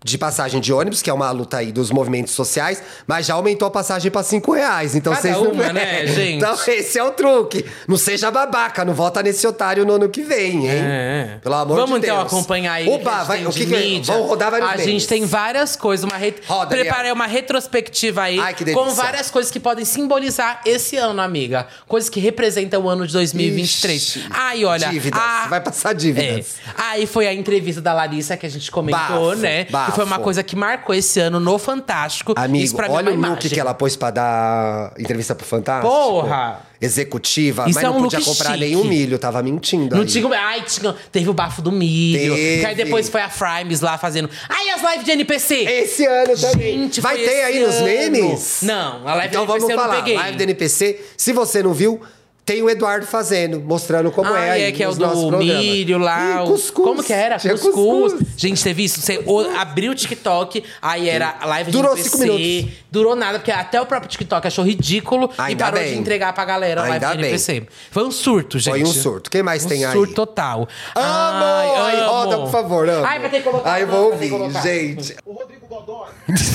de passagem de ônibus, que é uma luta aí dos movimentos sociais, mas já aumentou a passagem pra cinco reais. Então Cada vocês uma, não... né, gente? Então esse é o truque. Não seja babaca, não vota nesse otário no ano que vem, hein? É. Pelo amor Vamos de Deus. então acompanhar aí. que a Opa, gente vai, tem o de que, que é? mídia. Vamos rodar vários A memes. gente tem várias coisas. Uma re... Roda, Preparei Ariel. uma retrospectiva aí Ai, que delícia. com várias coisas que podem simbolizar esse ano, amiga. Coisas que representam o ano de 2023. Ixi, Ai, olha. dívidas. a- Vai passar dívidas. É. Aí foi a entrevista da Larissa que a gente comentou, Bafo, né? Que bafo. foi uma coisa que marcou esse ano no Fantástico. Isso Amigo, pra mim é olha uma o look imagem. que ela pôs pra dar entrevista pro Fantástico. Porra! Executiva, Isso mas é um não podia look comprar chique. nenhum milho, tava mentindo. Não aí. tinha. Ai, tinha, teve o bafo do milho. Teve. Que aí depois foi a Frimes lá fazendo. Ai, as lives de NPC! Esse ano também. Gente, Vai foi ter esse aí nos ano. memes? Não, a live então do NPC vamos eu não falar. peguei. Live do NPC, se você não viu, tem o Eduardo fazendo, mostrando como Ah, é aí. é, que é o nos nossos do programas. milho lá. Ih, o- cuscuz. É Como que era? Tinha Cuscuz. Gente, teve isso? Você o- abriu o TikTok, aí era a live de Durou NPC. cinco minutos. Durou nada, porque até o próprio TikTok achou ridículo Ainda e parou bem. de entregar pra galera a live Ainda de NPC. Foi um surto, gente. Foi um surto. Quem mais Um tem aí? surto total. Amo! Ai, roda, por favor, amo. Ai, vai ter que colocar. Ai, eu não, vai vou ter ouvir, que colocar. gente. O Rodrigo Godoy. O lutador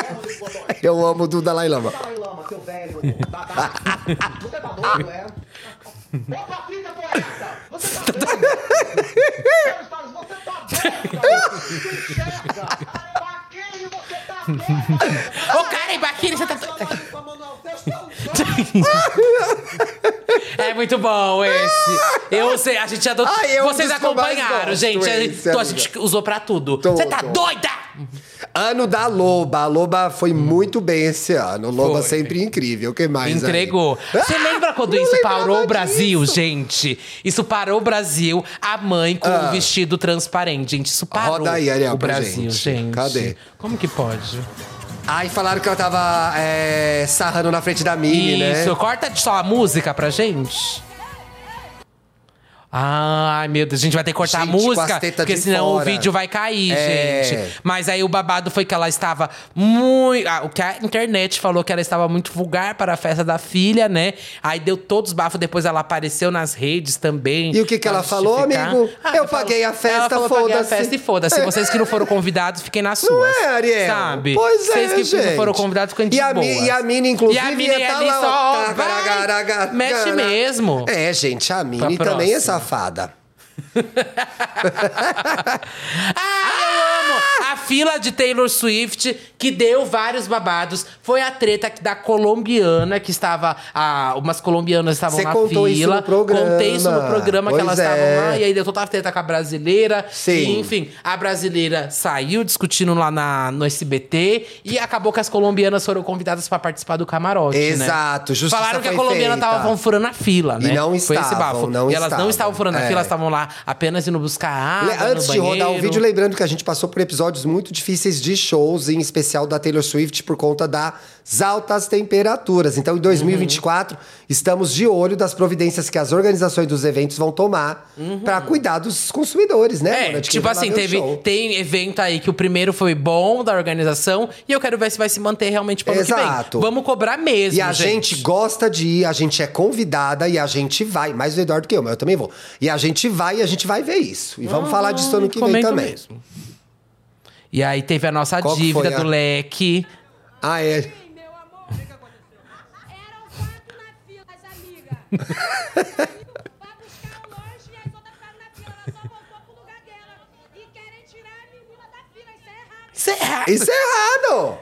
é o Rodrigo Godoy. Eu amo do Dalai Lama. Dalai Lama, seu velho. Dadá. Você tá doido, é? Ô, Patrícia Poeta! Você tá doido? Sérgio Salles, Você tá doido? Você enxerga! Arrebaquei, você tá doido! Ô, cara, Ibaquiri, você tá. Larissa Manoel, você tá doido! É muito bom esse. Eu sei, a gente adotou. Ai, é um Vocês dos que eu mais acompanharam, gosto, gente. A gente, esse, então a amiga. gente usou pra tudo. Tudo. Você tá doida? é, Ano da Loba. A Loba foi muito bem esse ano. Loba Hum. Foi. sempre incrível. O que mais? aí? Entregou. Você Ah, lembra quando não isso lembrava parou o Brasil, disso. gente? Isso parou o Brasil, a mãe com Ah. um vestido transparente. Gente, isso parou Roda aí, Ariel, o pra Brasil, gente. gente. Cadê? Como que pode? Aí falaram que ela tava é, sarrando na frente da Mini, né? Isso, corta só a música pra gente. Ai, meu Deus, a gente vai ter que cortar Gente, a com música, as tetas porque de senão fora. o vídeo vai cair, É. gente. Mas aí o babado foi que ela estava muito. ah, o que a internet falou que ela estava muito vulgar para a festa da filha, né? Aí deu todos os bafos, depois ela apareceu nas redes também. E o que que pra ela falou, justificar. Ah, amigo? Eu ela paguei a festa, ela falou, "Eu paguei a foda-se." festa e foda-se. Vocês que não foram convidados, fiquem nas suas. é, Ariel? Sabe? Pois é, Vocês que não gente. foram convidados, fiquem de E a boa. Mi- e a Mini, inclusive, E a Mini ia tá ali lá, ó, só, tá, vai, gara, gara, gara. Mexe mesmo. É, gente, a Mini Pra também é próxima. safada. Ah, eu amo! A fila de Taylor Swift, que deu vários babados, foi a treta da colombiana, que estava. Ah, umas colombianas estavam Você na contou isso fila. no programa. Contei isso no programa Pois que elas é. estavam lá, e aí deu toda a treta com a brasileira. Sim. E, enfim, a brasileira saiu discutindo lá na, no SBT e acabou que as colombianas foram convidadas para participar do camarote. né? Exato, justiça Falaram que a foi colombiana feita. estavam furando a fila, E né? não Foi esse estavam, bafo. não e elas não estavam. estavam furando a É. fila, elas estavam lá apenas indo buscar água. Le- Antes Ah, no de rodar o banheiro. vídeo, lembrando que a gente passou por episódios muito difíceis de shows, em especial da Taylor Swift, por conta das altas temperaturas. Então, em 2024, estamos de olho das providências que as organizações dos eventos vão tomar pra cuidar dos consumidores, né? Uhum. É, Mona, de quem tipo vai lá assim, ver o teve, show. tem evento aí que o primeiro foi bom da organização e eu quero ver se vai se manter realmente para o que Exato. vem. Vamos cobrar mesmo, E a gente. gosta de ir, a gente é convidada e a gente vai. Mais o Eduardo que eu, mas eu também vou. E a gente vai e a gente vai ver isso. E vamos falar disso ano que vem comenta também. mesmo. E aí teve a nossa Qual que dívida foi a- do leque. Ah, é. Ei, meu amor. Eram quatro na um fila, as amigas. Vai buscar o lanche e as outras ficaram na fila. Ela só voltou pro lugar dela. E querem tirar a menina da fila. Isso é errado. Isso é errado. Isso é errado!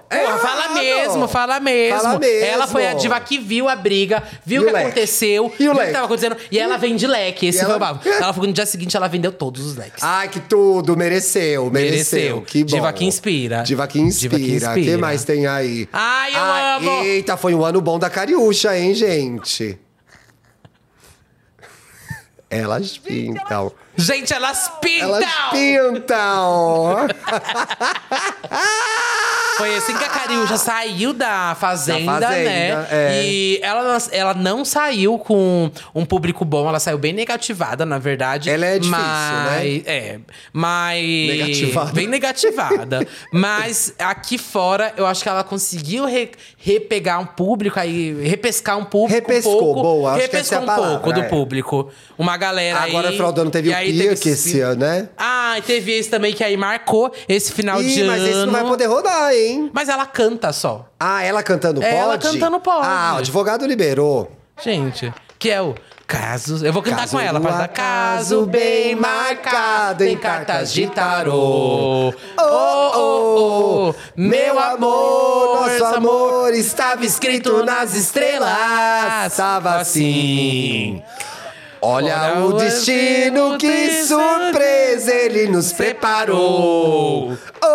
É Porra, fala errado! mesmo, fala mesmo. Fala mesmo. Ela foi a diva que viu a briga, viu o E o que leque? aconteceu, E o viu leque? que tava acontecendo. E ela vende leque, esse E foi ela- Ah. o babo. Ela falou que no dia seguinte ela vendeu todos os leques. Ai, que tudo! Mereceu, mereceu. Mereceu. Que bom. Diva que inspira. Diva que inspira. Diva que inspira. que mais tem aí? Ai, eu amo! Eita, foi um ano bom da Cariúcha, hein, gente? Elas pintam. Gente, elas pintam! Elas pintam! Foi assim que a Cariúcha saiu da fazenda, Da fazenda, né? é. E ela, ela não saiu com um público bom, ela saiu bem negativada, na verdade. Ela é difícil, mas, né? É, mas. Negativada. Bem negativada. mas aqui fora, eu acho que ela conseguiu re- repegar um público, aí repescar um público. Repescou, um pouco, boa, acho que Repescou essa é a um palavra, pouco do é. público. Uma galera. Agora, aí, final do ano, teve e o aí teve Pique esse ano, né? Ah, e teve esse também que aí marcou esse final de Ih, mas ano. esse não vai poder rodar, hein? Mas ela canta só. Ah, ela cantando pode? É, ela cantando pode. Ah, o advogado liberou. Gente, que é o caso. Eu vou cantar Caso com ela. do Faz da acaso caso bem marcado em cartas de tarô. Oh, oh, oh, meu amor, nosso amor estava escrito nas estrelas. Estava assim. Olha Olha o o destino, destino, que que surpresa ele nos preparou. Oh,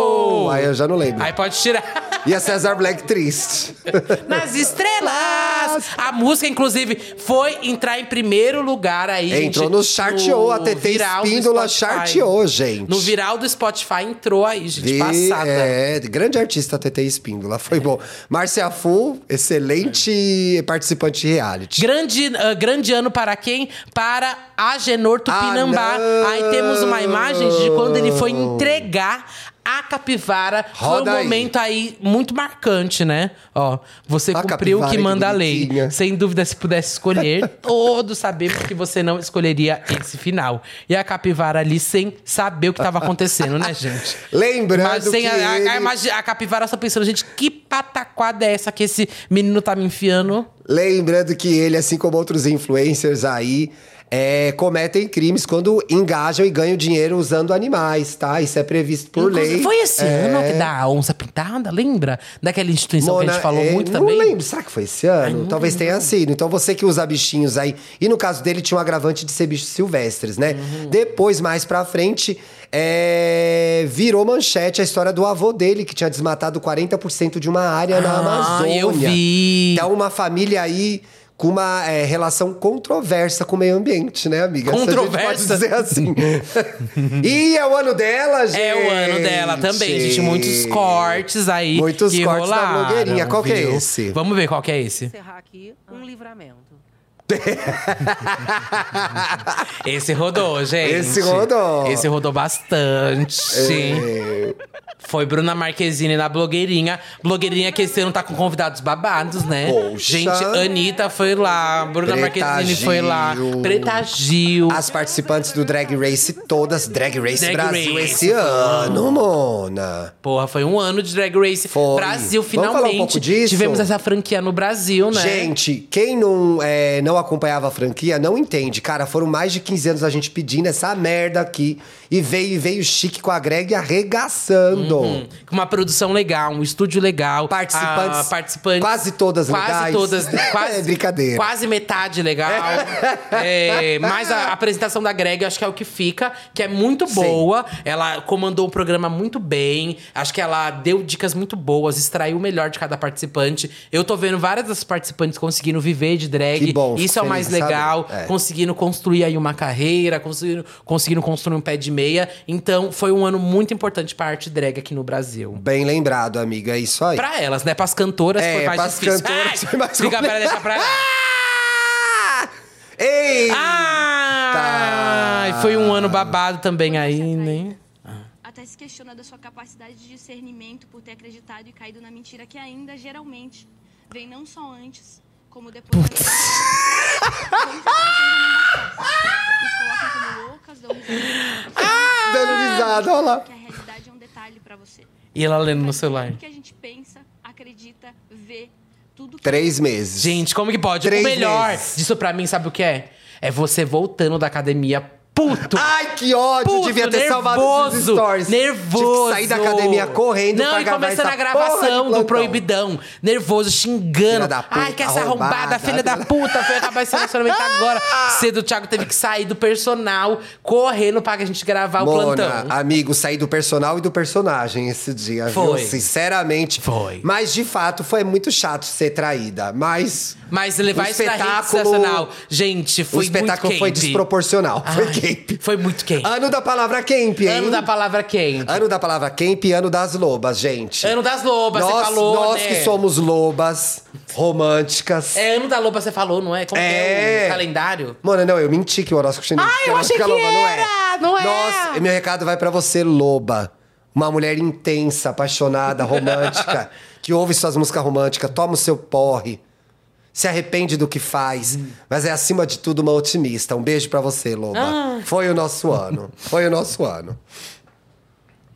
oh, oh. Aí eu já não lembro. Aí pode tirar. E a Cesar Black triste. Nas estrelas! A música, inclusive, foi entrar em primeiro lugar aí. Entrou gente, no charteou, a TT viral do Espíndola Spotify. charteou, gente. No viral do Spotify entrou aí, gente, Vi- passada. É, grande artista TT Espíndola, foi bom. Márcia Fu, excelente participante de reality. Grande, ah, grande ano para quem? Para Agenor Tupinambá. Ah, não! aí temos uma imagem de quando ele foi entregar a capivara. Roda foi um aí. momento aí muito marcante, né? Ó, você A cumpriu o capivara, que que manda a lei. bonitinha. Sem dúvida, se pudesse escolher, todos sabemos que você não escolheria esse final. E a capivara ali sem saber o que estava acontecendo, né, gente? Lembrando Mas sem É que a, a- a ele- imagi- a capivara só pensando, gente, que pataquada é essa que esse menino tá me enfiando? Lembrando que ele, assim como outros influencers aí, é, cometem crimes quando engajam e ganham dinheiro usando animais, tá? Isso é previsto por Inclusive, lei. Foi esse É. ano que da onça pintada, lembra? Daquela instituição que a Mona, gente falou é, muito não também. lembro, será que foi esse ano? Talvez tenha sido. Então você que usa bichinhos aí. E no caso dele, tinha um agravante de ser bichos silvestres, né? Uhum. Depois, mais pra frente, é, virou manchete a história do avô dele, que tinha desmatado 40% de uma área é na Ah, Amazônia. eu vi. Então, uma família aí. Com uma é, relação controversa com o meio ambiente, né, amiga? Se a gente Controversa? pode dizer assim. e é o ano dela, gente! É o ano dela também, gente. Muitos cortes aí. Muitos que cortes da rolaram, blogueirinha. Qual que é viu? esse? Vamos ver qual que é esse. encerrar aqui Ah. um livramento. Esse rodou, gente. Esse rodou. É. Esse rodou bastante. Foi Bruna Marquezine na blogueirinha. Blogueirinha que esse ano tá com convidados babados, né? Poxa. Gente, Anitta foi lá, Bruna Preta Marquezine foi lá, Gil. Preta Gil. As participantes do Drag Race, todas Drag Race Drag Brasil Race. esse ano, Mona. Porra, foi um ano de Drag Race. Foi. Brasil, Vamos falar um finalmente. pouco disso? Tivemos essa franquia no Brasil, né? Gente, quem não, é, não acompanhava a franquia não entende. Cara, foram mais de 15 anos a gente pedindo essa merda aqui. E veio e veio chique com a Greg arregaçando. Com uma produção legal, um estúdio legal. Participantes- ah, participantes quase todas quase legais. Todas, né? quase É brincadeira. Quase metade legal. É, mas a apresentação da Greg, eu acho que é o que fica, que é muito boa. Ela comandou o programa muito bem. Acho que ela deu dicas muito boas, extraiu o melhor de cada participante. Eu tô vendo várias das participantes conseguindo viver de drag. Que bom, Isso fico é o mais feliz de saber. legal. É. Conseguindo construir aí uma carreira, conseguindo, conseguindo construir um pé de meia. Então, foi um ano muito importante pra arte drag aqui no Brasil. Bem lembrado, amiga. É isso aí. Pra elas, né? Pras cantoras É, foi mais pras difícil. cantoras Ai, foi mais Fica pra complicado. deixar pra elas. Ah! Ei! Ah! Ai, Eita! foi um ano babado também aí, né? Até se questiona da sua capacidade de discernimento por ter acreditado e caído na mentira que ainda geralmente vem não só antes, como depois. da- Como se as pessoas não bastassem. Nos colocam como loucas, dão risada, Dando risada, olha lá. que a realidade é um detalhe pra você. E ela lendo no celular. O que a gente pensa, acredita, vê, tudo que Três meses. Gente, como que pode? Três o melhor meses. disso pra mim, sabe o que é? É você voltando da academia puto. Ai, que ódio! Puto, Devia ter nervoso, salvado os stories. Tive que Nervoso. sair da academia correndo Não, pra e gravar começando essa a porra de gravação do plantão. Proibidão. Nervoso, xingando. Filha da puta, Ai, que essa arrombada, arrombada. filha da puta, foi acabar esse relacionamento agora. Cedo o Thiago teve que sair do personal, correndo pra gente gravar o Mona, plantão. amigo, saí do personal e do personagem esse dia, Foi. viu? Sinceramente. Foi. Mas, de fato, foi muito chato ser traída. Mas Mas levar o isso na rede espetáculo- sensacional. Gente, foi o espetáculo muito foi quente. desproporcional. Ai, foi camp. Foi muito quente. Ano da palavra camp, hein? Ano da palavra quente. Ano da palavra camp e ano das lobas, gente. Ano das lobas, você nós, falou, Nós né? que somos lobas românticas. É ano da loba, você falou, não é? Como que é, É. o calendário? Mano, não, eu menti que o horóscopo Ah, chinês. eu Horóscopo achei que Caloba, era, não é. Nossa, meu recado vai pra você, loba. Uma mulher intensa, apaixonada, romântica, que ouve suas músicas românticas, toma o seu porre, se arrepende do que faz, Hum. mas é acima de tudo uma otimista. Um beijo pra você, loba. Ah. Foi o nosso ano. Foi o nosso ano.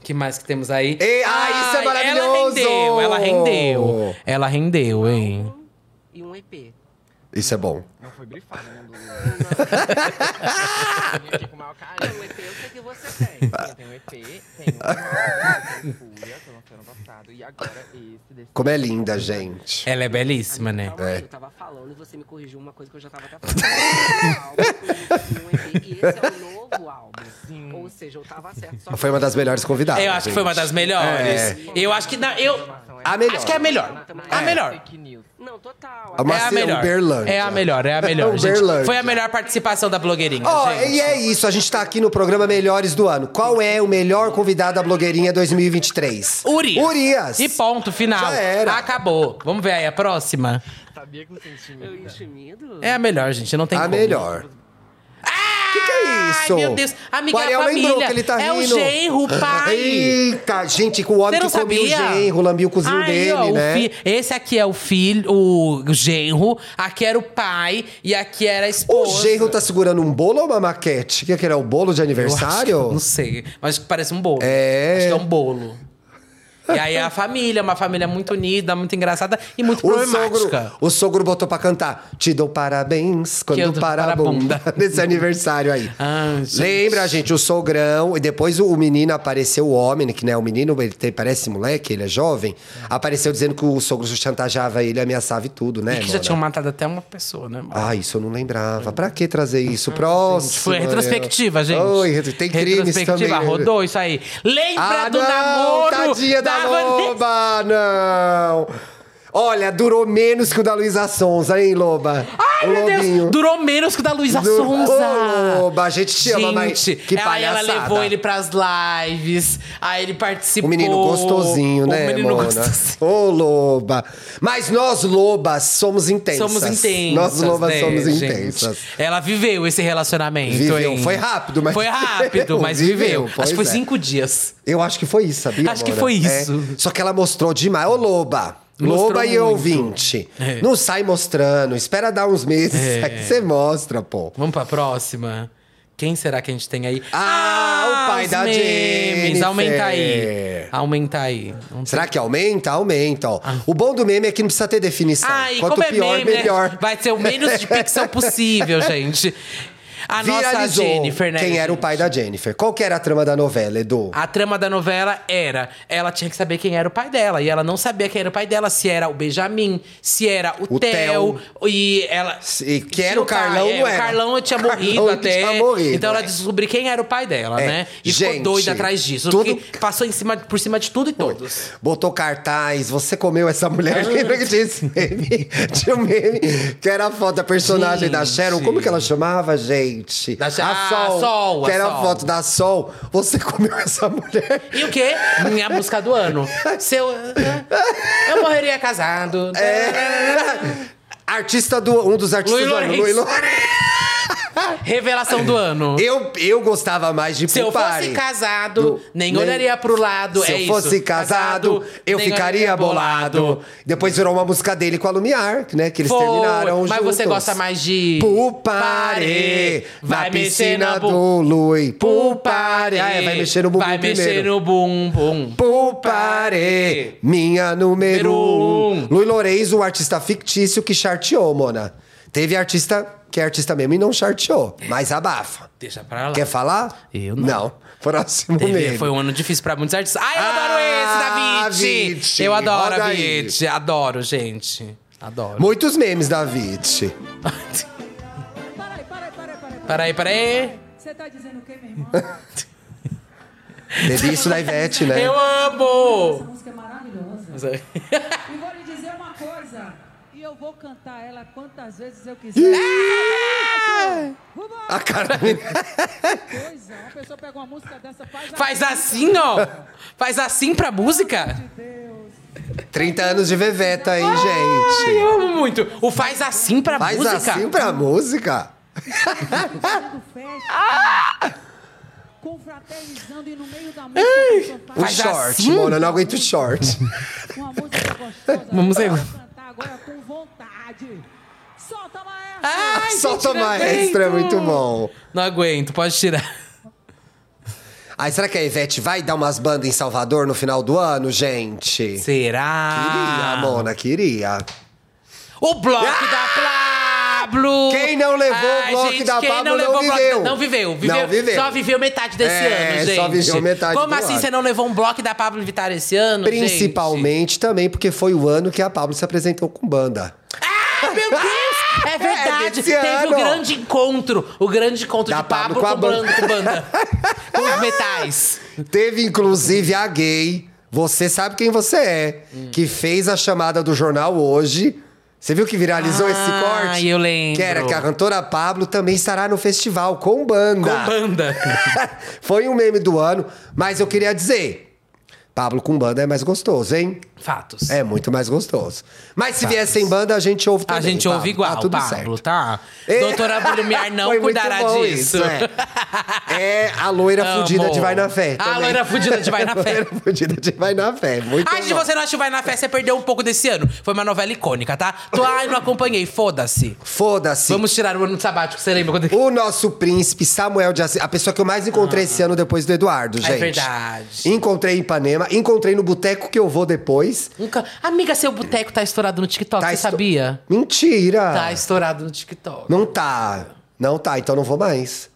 O que mais que temos aí? E- ah, isso é Ai, maravilhoso! Ela rendeu, ela rendeu. Ela rendeu, hein? E um EP. Isso é bom. Não foi brifado, né? Do... com o E maior um carinho. EP, eu sei que você tem. um Eu tenho EP, tenho o Fúria, que eu lancei ano passado, e agora esse desse. Como é linda, gente. Ela é belíssima, né? Calma aí, É. Eu tava falando e você me corrigiu uma coisa que eu já tava até falando. Um álbum, um EP, e esse é o novo álbum. Ou seja, eu tava certo. Só Foi uma das melhores convidadas. É. Eu acho que foi uma gente. das melhores. É. Eu acho que. Não, eu. A melhor. Acho que é a melhor. A É. melhor. Fake news. Não, total. Uma- é a Macia melhor. Uberlândia. É a melhor, é a melhor. gente. Uberlândia. Foi a melhor participação da blogueirinha. Ó, gente. e é isso, a gente tá aqui no programa Melhores do Ano. Qual é o melhor convidado da blogueirinha 2023? Urias. Urias. E ponto final. Já era. Acabou. Vamos ver aí a próxima. Sabia que não senti Eu medo. intimido? É a melhor, gente. Não tem A como. Ah, melhor. O que, que é isso? Ai, meu Deus. Amiga, O é a Ariel família. lembrou que ele tá é rindo. o genro, pai. Eita, gente, com o Você homem não que comia o sabia? genro, lambia o cozinho Aí, dele, ó, o né? fi- Esse aqui é o filho, o genro. Aqui era o pai e aqui era a O esposa. genro tá segurando um bolo ou uma maquete? O que, que era? O bolo de Eu acho que- aniversário? Não sei, mas acho que parece um bolo. É. Acho que é um bolo. E aí é a família, uma família muito unida, muito engraçada e muito O sogro, problemática. o sogro botou pra cantar. Te dou parabéns Que eu quando dou para a para a bunda." bunda. Nesse aniversário aí. Ah, gente. Lembra, gente, o sogrão. E depois o menino apareceu, o homem, que né, o menino, ele tem- parece moleque, ele é jovem. Apareceu dizendo que o sogro chantageava ele, ameaçava e tudo, né, e que já Mona? tinham matado até uma pessoa, né? mano? Ah, isso eu não lembrava. Pra que trazer isso? Próximo. Foi retrospectiva, gente. Oi, tem crimes também. Retrospectiva, rodou isso aí. Lembra Ah, do não, namoro tadinha Vanessa? da, Loba, não. Olha, durou menos que o da Luísa Sonza, hein, Loba? Ai, O meu Deus! Durou menos que o da Luísa Du- Sonza. Ô, Loba, a gente te ama, mas Gente, que ela, ela palhaçada. levou ele pras lives, aí ele participou. O Um menino gostosinho, né, O um menino Mona? gostosinho. Ô, Loba. Mas nós, Lobas, somos intensas. Somos intensas. Nós, Lobas, né, somos gente? intensas. Ela viveu esse relacionamento. Viveu. hein? Foi rápido, mas Foi rápido, viveu, mas viveu. viveu, Acho que foi pois é. cinco dias. Eu acho que foi isso, sabia? Acho que Mora? foi É. isso. Só que ela mostrou demais. Ô, Loba. Mostrou Loba e muito. ouvinte. É. Não sai mostrando. Espera dar uns meses. Aí que você mostra, pô. Vamos pra próxima? Quem será que a gente tem aí? Ah, o pai os da Jennifer. Aumenta aí. Aumenta aí. Não Será que aumenta? Aumenta, ó. O bom do meme é que não precisa ter definição. Ai, Quanto Ah. como é pior, meme, né? melhor. Vai ser o menos de ficção possível, gente. A nossa Viralizou Jennifer, né? quem era o gente? pai da Jennifer. Qual que era a trama da novela, Edu? A trama da novela era, ela tinha que saber quem era o pai dela. E ela não sabia quem era o pai dela, se era o Benjamin, se era o, O Theo. E ela. Se- que e era tinha o Carlão, Ca- é, não era. O Carlão tinha Carlão morrido até. tinha morrido, então ela é. descobriu quem era o pai dela, É. né? E Gente, ficou doida atrás disso. tudo- porque Passou em cima, por cima de tudo e todos. Botou cartaz, você comeu essa mulher. Lembra que tinha esse meme? Tinha um meme que era a foto da personagem da Gente. Sharon. Como que ela chamava, gente? Da Sha- a Ah, Sol. Sol, que a era Sol. a foto da Sol. Você comeu essa mulher. E o quê? Minha música do ano. Seu. Eu morreria casado. né? É. Artista do. Um dos artistas Luiz do ano. Lourenço. Luiz Lourenço. Revelação do ano. Eu, eu gostava mais de Se eu Pupari. fosse casado, Do- nem, nem- olharia pro lado. Se é eu isso. fosse casado, eu nem é ficaria olharia bolado. Depois virou uma música dele com a Lumiar, né? Que eles Foi, terminaram mas juntos. você gosta mais de- Pupare, Vai na mexer piscina na bu- do Lui. Pupare. Pupare. Ah, é, vai mexer no bumbum Vai mexer primeiro. no bumbum. Pupare. pare, minha número Número um. um. Luiz Lourenço, o artista fictício que charteou, Mona. Teve artista que é artista mesmo e não charteou, mas abafa. Deixa pra lá. Quer falar? Eu não. Não. Próximo Teve- mesmo. foi um ano difícil pra muitos artistas. Ai, eu Ah, adoro esse, Vit. David! Eu adoro Roda a aí. Vit. Adoro, gente. Adoro. Muitos memes da Vit. Peraí, peraí, peraí, peraí. Peraí, peraí. Você tá dizendo o quê, meu irmão? Teve isso da Ivete, né? Eu amo! Essa música é maravilhosa. é. E vou lhe dizer uma coisa. E eu vou cantar ela quantas vezes eu quiser. Vambora! A cara da menina. Coisa. Uma pessoa pega uma música dessa, faz, Faz assim, ó. Faz assim pra música. 30 anos de Veveta, hein, gente? Eu amo muito. O faz assim pra Faz música. assim pra música? fazendo festa. Ah! Confraternizando e no meio da música eu canto, O Faz faz short, assim? Mona, eu não aguento short. uma música gostosa. Vamos eu aí. vou cantar agora com vontade. Solta, maestro! Ai, Só gente, Ah, não tomar aguento. extra Ah, é muito bom. Não aguento, pode tirar. Aí será que a Ivete vai dar umas bandas em Salvador no final do ano, gente? Queria, Será? Mona, queria. O bloco da Pablo! Ah, Quem não levou o bloco da quem Pablo não o bloco da- viveu. Não viveu, viveu. Não viveu. Só viveu metade desse É, ano, gente. só viveu metade Como do assim ano. você não levou um bloco da Pablo Vittar esse ano? gente? Principalmente também porque foi o ano que a Pablo se apresentou com banda. Ah, meu Deus! É verdade. desse Teve ano. o grande encontro. O grande encontro Da de Pablo, com, Pablo banda. com a banda. Com, banda, com os metais. Teve, inclusive, a gay. Você sabe quem você é. Hum. Que fez a chamada do jornal hoje. Você viu que viralizou Ah, esse corte? eu lembro. Que era que a cantora Pablo também estará no festival com banda. Com banda. Foi um meme do ano, mas eu queria dizer: Pablo com banda é mais gostoso, hein? Fatos. É muito mais gostoso. Mas se vier sem banda, a gente ouve Tá. A também. gente ouve igual, Tá tudo Pablo, certo. É. tá? Doutora Blumiar não Foi muito cuidará bom disso. né? isso, é. É a loira Amo. fudida de Vai na Fé. A também. loira fudida de Vai na Fé. A loira fudida de Vai na Fé. Muito Ai, se bom. você não assistiu Vai na Fé, você perdeu um pouco desse ano. Foi uma novela icônica, tá? Tô, ai, não acompanhei, foda-se. Foda-se. Vamos tirar o ano de sabático, você lembra quando... O nosso príncipe Samuel de Assis, a pessoa que eu mais encontrei esse ano depois do Eduardo, gente. Ah. É verdade. Encontrei em Ipanema, encontrei no boteco que eu vou depois. Nunca... Amiga, seu boteco tá estourado no TikTok, você esto- Ah. sabia? Mentira! Tá estourado no TikTok. Não tá. Não tá, então não vou mais.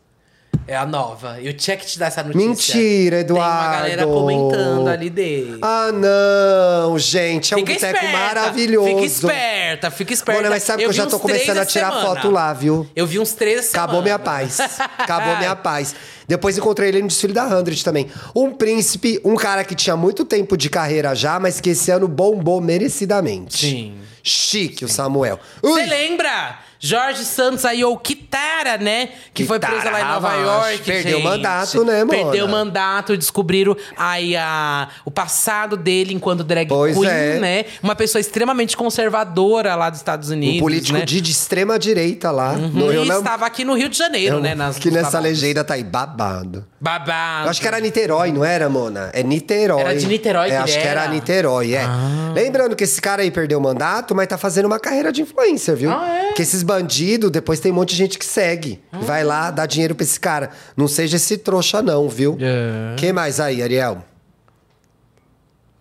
É a nova. Eu tinha que te dar essa notícia. Mentira, Tem uma galera Eduardo. comentando ali dele. Ah, não, gente. É um boteco maravilhoso. Fica esperta, fica esperta. Mona, mas sabe que eu vi já tô uns começando três a essa tirar semana. foto lá, viu? Eu vi uns três essa Acabou minha semana. paz. Acabou minha paz. Depois encontrei ele no desfile da Hundred também. Um príncipe, um cara que tinha muito tempo de carreira já, mas que esse ano bombou merecidamente. Sim. Chique o Samuel. Você Ui! lembra? Jorge Santos aí, ou Kitara, né? Que foi Kitara presa lá em Nova Ravache. York. Perdeu o gente. mandato, né, mona? Perdeu o mandato, descobriram aí a, o passado dele enquanto drag Pois queen, é. né? Uma pessoa extremamente conservadora lá dos Estados Unidos. Um político né? Uhum. de, de extrema direita lá. no E Rio Nam- estava aqui no Rio de Janeiro, Eu- né? nas- que nos nessa trabalhos. legenda tá aí babado. Babado. Eu acho que era Niterói, não era, Mona? É Niterói. Era de Niterói é, que acho ele que era era. Ah. Niterói, é. Lembrando que esse cara aí perdeu o mandato, mas tá fazendo uma carreira de influencer, viu? Ah, é? Ah. Que esses bandidos, depois tem um monte de gente que segue. E Vai lá, dá dinheiro pra esse cara. Não seja esse trouxa, não, viu? É. Quem mais aí, Ariel?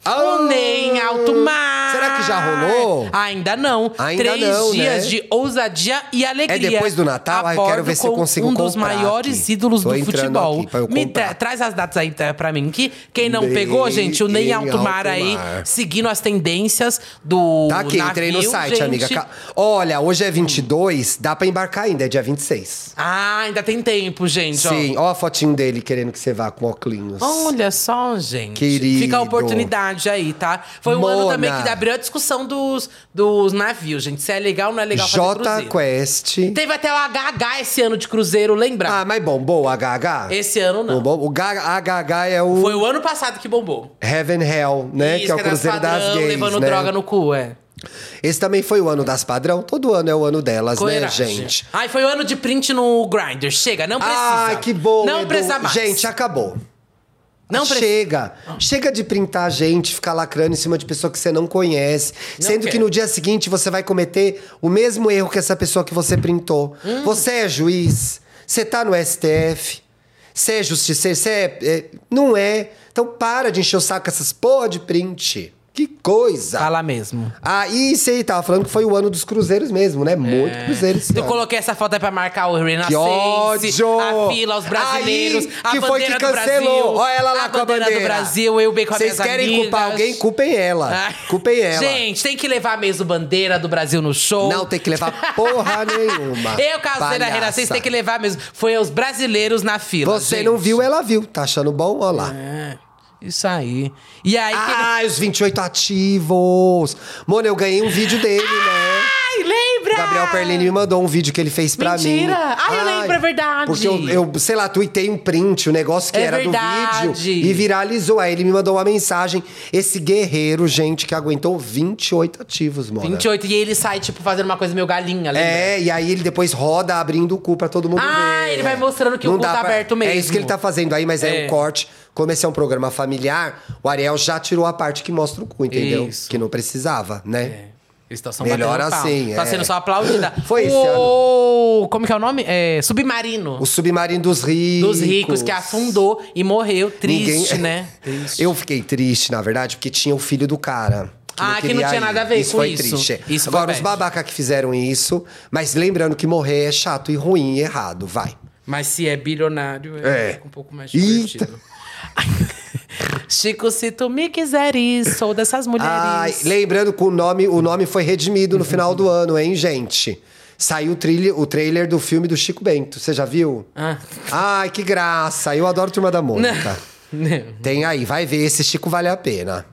O Ney em alto mar. Ah! Será que já rolou? Ainda não. Ainda Três não, né? dias de ousadia e alegria. É depois do Natal? Ai, Abordo quero ver se eu com consigo um dos comprar maiores aqui. ídolos Tô do entrando futebol. aqui pra eu Me comprar. tra- traz as datas aí tá, pra mim. Que quem não Ney pegou, gente, o Ney em em alto mar alto aí, mar. seguindo as tendências do Tá aqui, navio, entrei no site, gente. amiga. Ca- Olha, hoje é 22, dá pra embarcar ainda, é dia 26. Ah, ainda tem tempo, gente. ó. Sim, ó a fotinho dele querendo que você vá com óculos. Olha só, gente. Querido. Fica a oportunidade aí, tá? Foi um ano também Mona. que abriu a discussão dos, dos navios, gente. Se é legal ou não é legal fazer J cruzeiro. Quest. Teve até o HH esse ano de cruzeiro, lembra? Ah, mas bombou o HH? esse ano não. O, bom, o Ga- HH é o Foi o ano passado que bombou. Heaven Hell, né? Isso, que é o Cruzeiro padrão, das Gays, levando né? droga no cu, é. Esse também foi o ano das padrão. Todo ano é o ano delas, Coeragem. né, gente? Ai, foi o ano de print no Grindr. Chega, não precisa. Ai, que bom, Não Edu. precisa mais. Gente, acabou. Não precisa. Chega. Chega de printar a gente, ficar lacrando em cima de pessoa que você não conhece. Não sendo que quero. no dia seguinte você vai cometer o mesmo Hum. erro que essa pessoa que você printou. Você é juiz, você tá no STF. Ser justiceiro, ser. é, não é. Então para de encher o saco com essas porra de print. Que coisa! Fala mesmo. Aí você tava falando que foi o ano dos cruzeiros mesmo, né? Muito É. cruzeiro esse Eu ano. coloquei essa foto aí pra marcar o Renascense, Que ódio! a fila, os brasileiros, Aí, a que foi que bandeira do cancelou. Brasil, Olha ela lá a com a bandeira. do Brasil, eu bem com a Vocês querem culpar alguém? Culpem ela. Culpem ela. Gente, tem que levar mesmo bandeira do Brasil no show. Não tem que levar porra nenhuma. Eu, casei da palhaça. Renascença, tem que levar mesmo. Foi os brasileiros na fila. Você gente. não viu, ela viu. Tá achando bom? Olha lá. Isso aí. E aí, Ah, os 28 ativos. Mano, eu ganhei um vídeo dele, né? Ai, lembra? Gabriel Perlini me mandou um vídeo que ele fez pra mim. Mentira! Ai, eu lembro, é verdade. Porque eu, eu, sei lá, tuitei um print, o negócio que É era verdade. do vídeo. E viralizou. Aí ele me mandou uma mensagem. Esse guerreiro, gente, que aguentou 28 ativos, mano. 28, e ele sai, tipo, fazendo uma coisa meio galinha, lembra? É, e aí ele depois roda abrindo o cu pra todo mundo ver. Ah, ele vai mostrando que o cu dá tá aberto É mesmo. isso que ele tá fazendo aí, mas é, É. um corte. Como esse é um programa familiar, o Ariel já tirou a parte que mostra o cu, entendeu? Isso. É. Que não precisava, né? Eles tão só Melhor batendo palma. assim, Tá é. sendo só aplaudida. Foi esse o... Como que é o nome? É, Submarino. O submarino dos ricos. Dos ricos que é afundou e morreu. Triste, Ninguém- né? Triste. Eu fiquei triste, na verdade, porque tinha o filho do cara. Ah, que não queria tinha ir. nada a ver isso com foi isso. Triste. Isso foi Agora, os bad. babacas que fizeram isso, mas lembrando que morrer é chato e ruim e errado, vai. Mas se é bilionário, é, É. fica um pouco mais Eita. divertido. Chico, se tu me quiseres, sou dessas mulheres. Ai, lembrando que o nome, o nome foi redimido no final do ano, hein, gente? Saiu o, trilha- o trailer do filme do Chico Bento. Você já viu? Ah. Ai, que graça. Eu adoro Turma da Mônica. Tem aí, vai ver. Esse Chico vale a pena.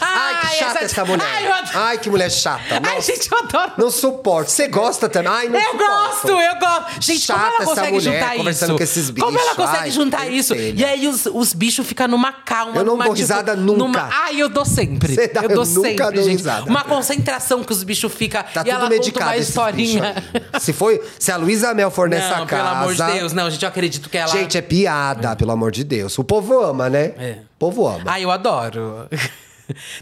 Ai, que chata essa, mulher. Ai, Ai, eu adoro. que mulher chata. Ai, Nossa, gente, eu adoro. Não suporto. Você gosta também? Ai, não Eu suporto. gosto, eu gosto. Gente, como Chata ela essa consegue mulher juntar conversando isso? com esses Como ela bichos. consegue Ai, juntar tem isso? telha. E aí os, os bichos ficam numa calma. Eu não numa, dou tipo, risada nunca. Numa... Ai, eu dou sempre. Você dá- eu dou eu nunca sempre, dou gente. risada. Uma concentração que os bichos ficam. Tá e ela tudo conta medicado uma esse historinha. bicho aí. Se, foi, se a Luísa Mel for nessa não, casa... pelo amor de Deus. Não, gente, eu acredito que ela... Gente, é piada, pelo amor de Deus. O povo ama, né? É. O povo ama. Ai, eu adoro.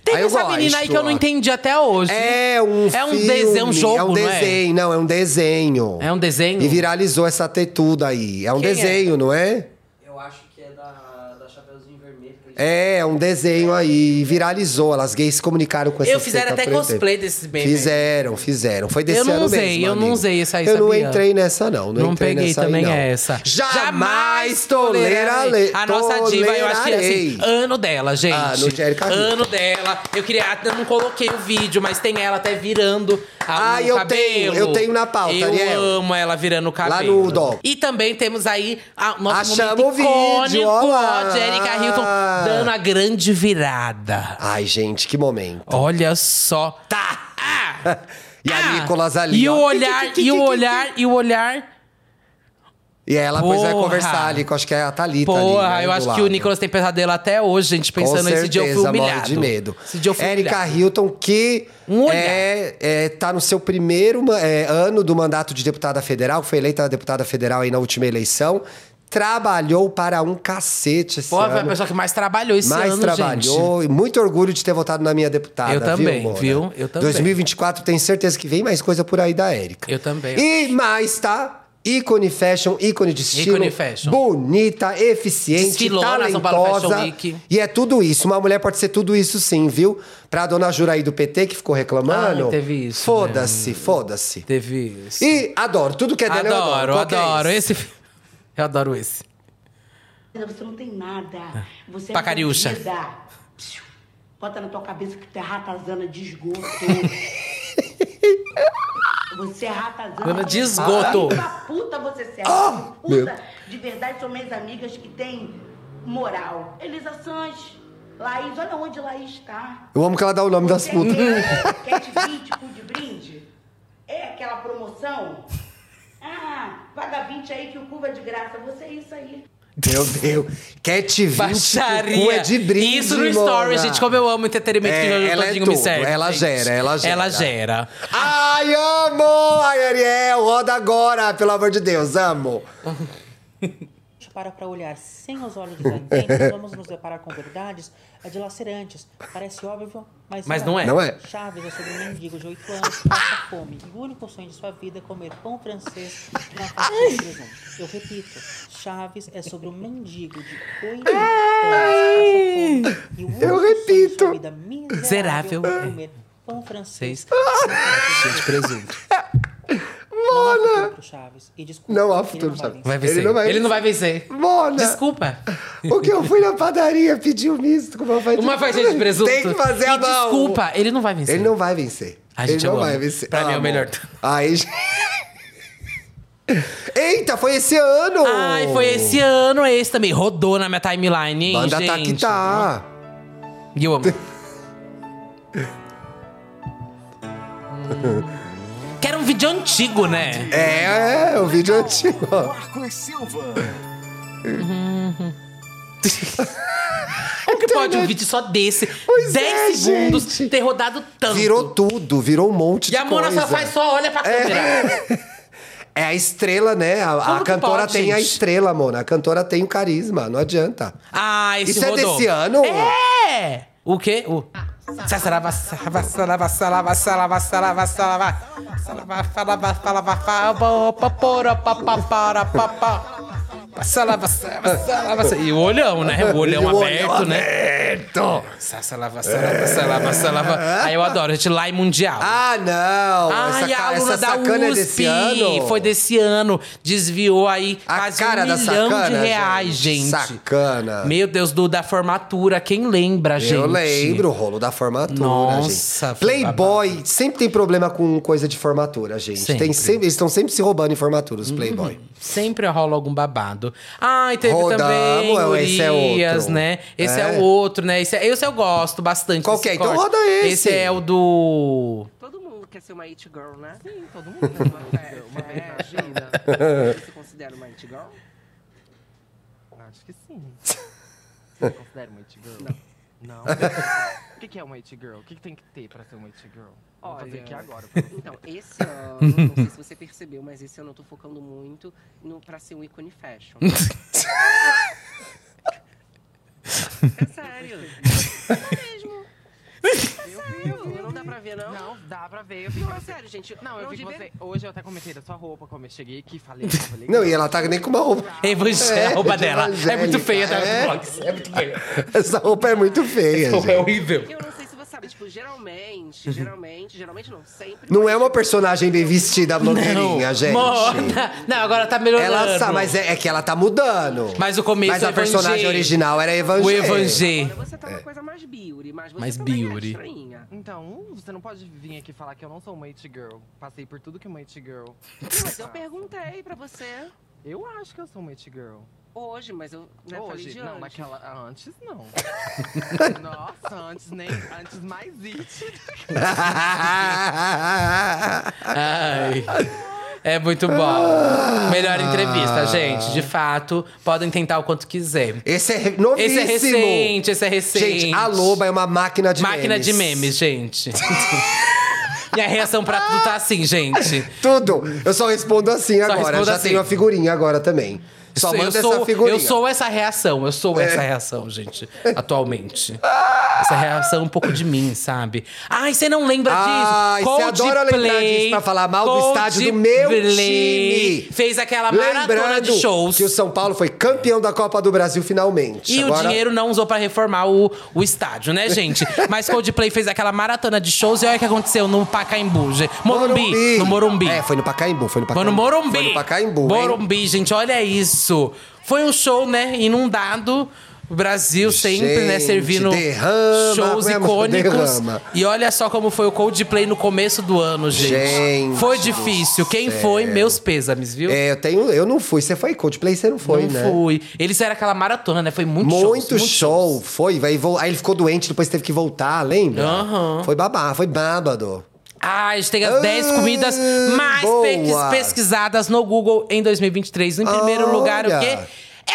Tem Ai, eu essa gosto, menina aí que eu não ó. entendi até hoje. É um É um filme, desenho, é um jogo, É um não é? desenho, não, é um desenho. É um desenho? E viralizou essa tetuda aí. É um Quem é? desenho, não é? Eu acho que é da, da Chapeuzinho Vermelho. que eles- É, é um desenho aí. Viralizou, elas gays se comunicaram com essa Eu fizeram até cosplay desse meme. Fizeram, fizeram. Foi desse Eu não ano usei, mesmo, eu não amigo. usei essa aí, Eu não sabia? entrei nessa, não. Não, Não entrei peguei nessa aí, também é não. essa. Jamais tolerarei. A nossa diva, eu acho que assim, tolerarei. Ah, ano dela, gente. Ano de Erika Hilton. Ano dela. Eu queria, eu não coloquei o vídeo, mas tem ela até virando a, Ah, o eu cabelo. tenho, eu tenho na pauta, Eu Ariel. amo ela virando o cabelo. no Dom. E também temos aí a o nosso Achamos momento o vídeo, icônico, ó lá. ó, de Erika Hilton dando a grande virada. Ai, gente, que momento. Olha só. Tá. Ah! E a Ah! Nicolas ali, E o ó. olhar, e o olhar, e o olhar... E ela depois vai Porra. conversar ali, com acho que é a Thalita ali. Porra, né, eu do acho que lado. o Nicolas tem pesadelo até hoje, gente, Com pensando certeza, esse dia eu fui humilhado. morre de medo. Esse dia eu fui Erika humilhado. Hilton, que Um olhar. é, é, tá no seu primeiro ma- é, ano do mandato de deputada federal, foi eleita deputada federal aí na última eleição, trabalhou para um cacete esse Pô, foi a ano. pessoa que mais trabalhou esse mais ano, gente. trabalhou e muito orgulho de ter votado na minha deputada. Eu também, viu? Mona? viu? Eu também. 2024 tenho certeza que vem mais coisa por aí da Érica. Eu também. E mais, tá? Ícone fashion, ícone de estilo. Ícone fashion. Bonita, eficiente, Desfilou na São Paulo talentosa. Fashion Week. E é tudo isso. Uma mulher pode ser tudo isso sim, viu? Pra dona Juraí do PT, que ficou reclamando. Ah, teve isso, Foda-se, foda-se. Teve isso. E adoro. Tudo que é dela eu adoro. adoro, Qual que é adoro. esse? esse... Eu adoro esse. Você não tem nada. Você Pacariúcha. é bandida. Psiu. Bota na tua cabeça que tu é ratazana de esgoto. você é ratazana. Dona de esgoto. Filha da puta você serve. Ah, puta, meu. de verdade, são minhas amigas que têm moral. Elisa Sanches, Laís, olha onde Laís está. Eu amo que ela dá o nome Um das putas. Cat 20 com de brinde? É aquela promoção? Ah, paga 20 aí que o cu é de graça. Você é isso aí. Meu Deus. Cat 20 que o cu Baixaria. é de brinde, Isso no mona. story, gente. Como eu amo entretenimento É, que o ela é Todinho me tudo. serve. Ela gente. gera, ela gera. Ela gera. Ai, amo! Ai, Ariel, roda agora, pelo amor de Deus, amo. para para olhar sem os olhos dos antennas, vamos nos deparar com verdades é dilacerantes. Parece óbvio, mas, Mas não é. Não é. Chaves é sobre um mendigo de 8 anos que passa fome e o único sonho de sua vida é comer pão francês na fatia de presunto. Eu repito, Chaves é sobre um mendigo de 8 anos que passa fome e o único Eu sonho de sua vida miserável Miserável. é comer pão francês Vocês. Cheio de presunto. Mona! Chaves. E desculpa, Não há futuro, sabe? Vai vencer. Ele não vai, Ele não vai vencer. Mona! Desculpa. O que eu fui na padaria pedir um misto com uma fatia Uma fatia de presunto. Tem que fazer a E mão. desculpa, ele não vai vencer. Ele não vai vencer. Ai, gente, ele não eu amo. vai vencer. Pra mim é o amor. melhor. Ai, gente. Eita, foi esse ano! Ai, foi esse ano é esse também. Rodou na minha timeline, hein, Banda gente? tá que tá. E eu amo. que era um vídeo antigo, né? É, é, o vídeo é antigo. Marcos Silva. Como que pode um vídeo só desse? 10 segundos, ter rodado tanto. é, Virou tudo, virou um monte e de a coisa. Mona só faz, só olha pra câmera. É a estrela, né? A- A, Como que cantora pode, tem a gente? estrela, Mona. A cantora tem o carisma, não adianta. Ah, esse Isso é rodou. desse ano? É! O quê? O... Sassarava, sarava, sarava, sarava, sarava, sarava, sarava. Sarava, falava, falava, falava, opa, pora, pa, pa, para, pa, pa. Sarava, sarava, sarava, sarava. E o olhão, né? O olhão E o aberto, olhão né? aberto. Sassalava, salava, salava, salava. É. Aí eu adoro, gente, lá em Mundial. Ah, não! Ah, essa e a ca- aluna essa da sacana USP é desse ano? foi desse ano. Desviou aí quase cara um da milhão sacana, de reais, gente. gente. Sacana. Meu Deus, do da formatura, quem lembra, gente? Eu lembro o rolo da formatura, Nossa, gente. foi Playboy sempre tem problema com coisa de formatura, gente. Sempre. Uhum. Tem sempre- eles estão sempre se roubando em formatura, os Playboy. Sempre rola algum babado. Ah, e teve Rodamos, também é, esse é outro. Gurias, né? Esse é. É. o outro, né? Esse, é- esse eu gosto bastante. Qual desse que é? Então corte. roda esse. Esse é o do... Todo mundo quer ser uma it girl, né? Sim, todo mundo quer uma it girl, uma vez na vida. Você se considera uma it girl? Acho que sim. Você considera uma it girl? Não. o que, que é uma it girl? O que, que tem que ter pra ser uma it girl? Vou fazer Olha, aqui agora. pra você. Então, esse ano, não sei se você percebeu, mas esse ano eu tô focando muito no, pra ser um ícone fashion. é sério. É mesmo. Eu vi, não dá pra ver, não? Não, dá pra ver. Eu vi Não, é que você- sério, gente. Não, eu vi que de você. ver- Hoje eu até comentei da sua roupa, como eu cheguei aqui, falei que tava legal. Não, e ela tá nem com uma roupa. Evangé- a roupa dela. É muito feia, tá? É, É muito feia. Essa roupa é muito feia, Essa roupa gente. é horrível. Eu não sei se você sabe, tipo, geralmente, geralmente, geralmente não, sempre. Não é uma personagem bem vestida, a blogueirinha, gente. Mona. Não, agora tá melhorando. Ela sabe, mas é, é que ela tá mudando. Mas o começo Mas a é personagem Evangé. original era a Evangé. O É. Evangé. Você tá uma coisa mais beauty, mas você Mais também beauty. é estranha. Então, você não pode vir aqui falar que eu não sou uma it girl. Passei por tudo que uma it girl. Não, mas eu perguntei pra você Eu acho que eu sou uma it girl. hoje, mas eu né, falei Hoje, de não, antes. naquela. ah, Antes não. Nossa, antes nem. Antes mais it. Ai. É muito bom. Melhor Ah. entrevista, gente. De fato, podem tentar o quanto quiser. Esse é Esse novíssimo. é recente, esse é recente. Gente, a Loba é uma máquina de Máquina memes. de memes, gente. Minha reação pra tudo tá assim, gente. Tudo. Eu só respondo assim agora. respondo Já assim. tenho a figurinha agora também. Só eu manda sou, essa figurinha. É. Eu sou essa reação, eu sou essa reação, gente, atualmente. Essa reação um pouco de mim, sabe? Ai, você não lembra Ai, disso? você adora lembrar Coldplay, disso pra falar mal do estádio do meu Coldplay time. Fez aquela maratona de shows. que o São Paulo foi campeão da Copa do Brasil finalmente. E Agora- o dinheiro não usou pra reformar o, o estádio, né, gente? Mas Coldplay fez aquela maratona de shows e olha o que aconteceu no Pacaembu, gente. Morumbi, No Morumbi. É, foi no Pacaembu, foi Foi no no Pacaembu. Morumbi. Foi no Pacaembu, hein? Morumbi, gente, olha isso. Foi um show, né, inundado. O Brasil sempre, né, Gente, servindo derrama, shows como é, icônicos. derrama. E olha só como foi o Coldplay no começo do ano, gente. Gente foi difícil. Quem céu. foi, meus pêsames, viu? É, eu tenho, eu não fui. Você foi Coldplay, você não foi, Não né? fui. Eles fizeram aquela maratona, né? Foi muito, shows, Muito show, foi. Aí, vo- aí ele ficou doente, depois teve que voltar, lembra? Aham. Foi babá, foi bábado. Ah, a gente tem as 10 comidas mais boa. pe- pesquisadas no Google em 2023. Em primeiro lugar, o Olha. quê?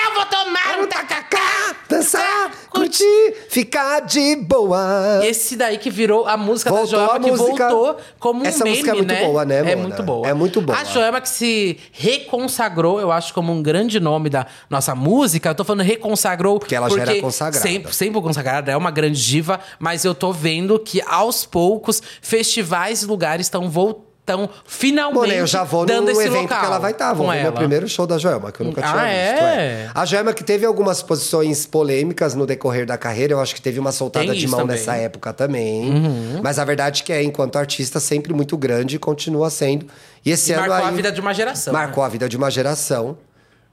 Eu vou tomar um tacacá, Dançar, curtir, noite, ficar de boa. Esse daí que virou a música da Joelma, que voltou como um Essa meme, música é muito né? boa, né, É Mona? muito boa. É muito boa. A Joelma que se reconsagrou, eu acho, como um grande nome da nossa música. Eu tô falando reconsagrou porque ela já era consagrada. Sempre, sempre consagrada, é uma grande diva. Mas eu tô vendo que, aos poucos, festivais e lugares estão voltando. finalmente Mona, eu já vou dando no esse evento local que ela vai estar. Vou com ver ela. meu primeiro show da Joelma, que eu nunca tinha Ah, visto. é? A Joelma que teve algumas posições polêmicas no decorrer da carreira. Eu acho que teve uma soltada Tem de isso mão também. Uhum. nessa época também. Mas a verdade é que é, enquanto artista, sempre muito grande e continua sendo. E esse E ano marcou aí, a vida de uma geração. né? Uhum. Marcou a vida de uma geração.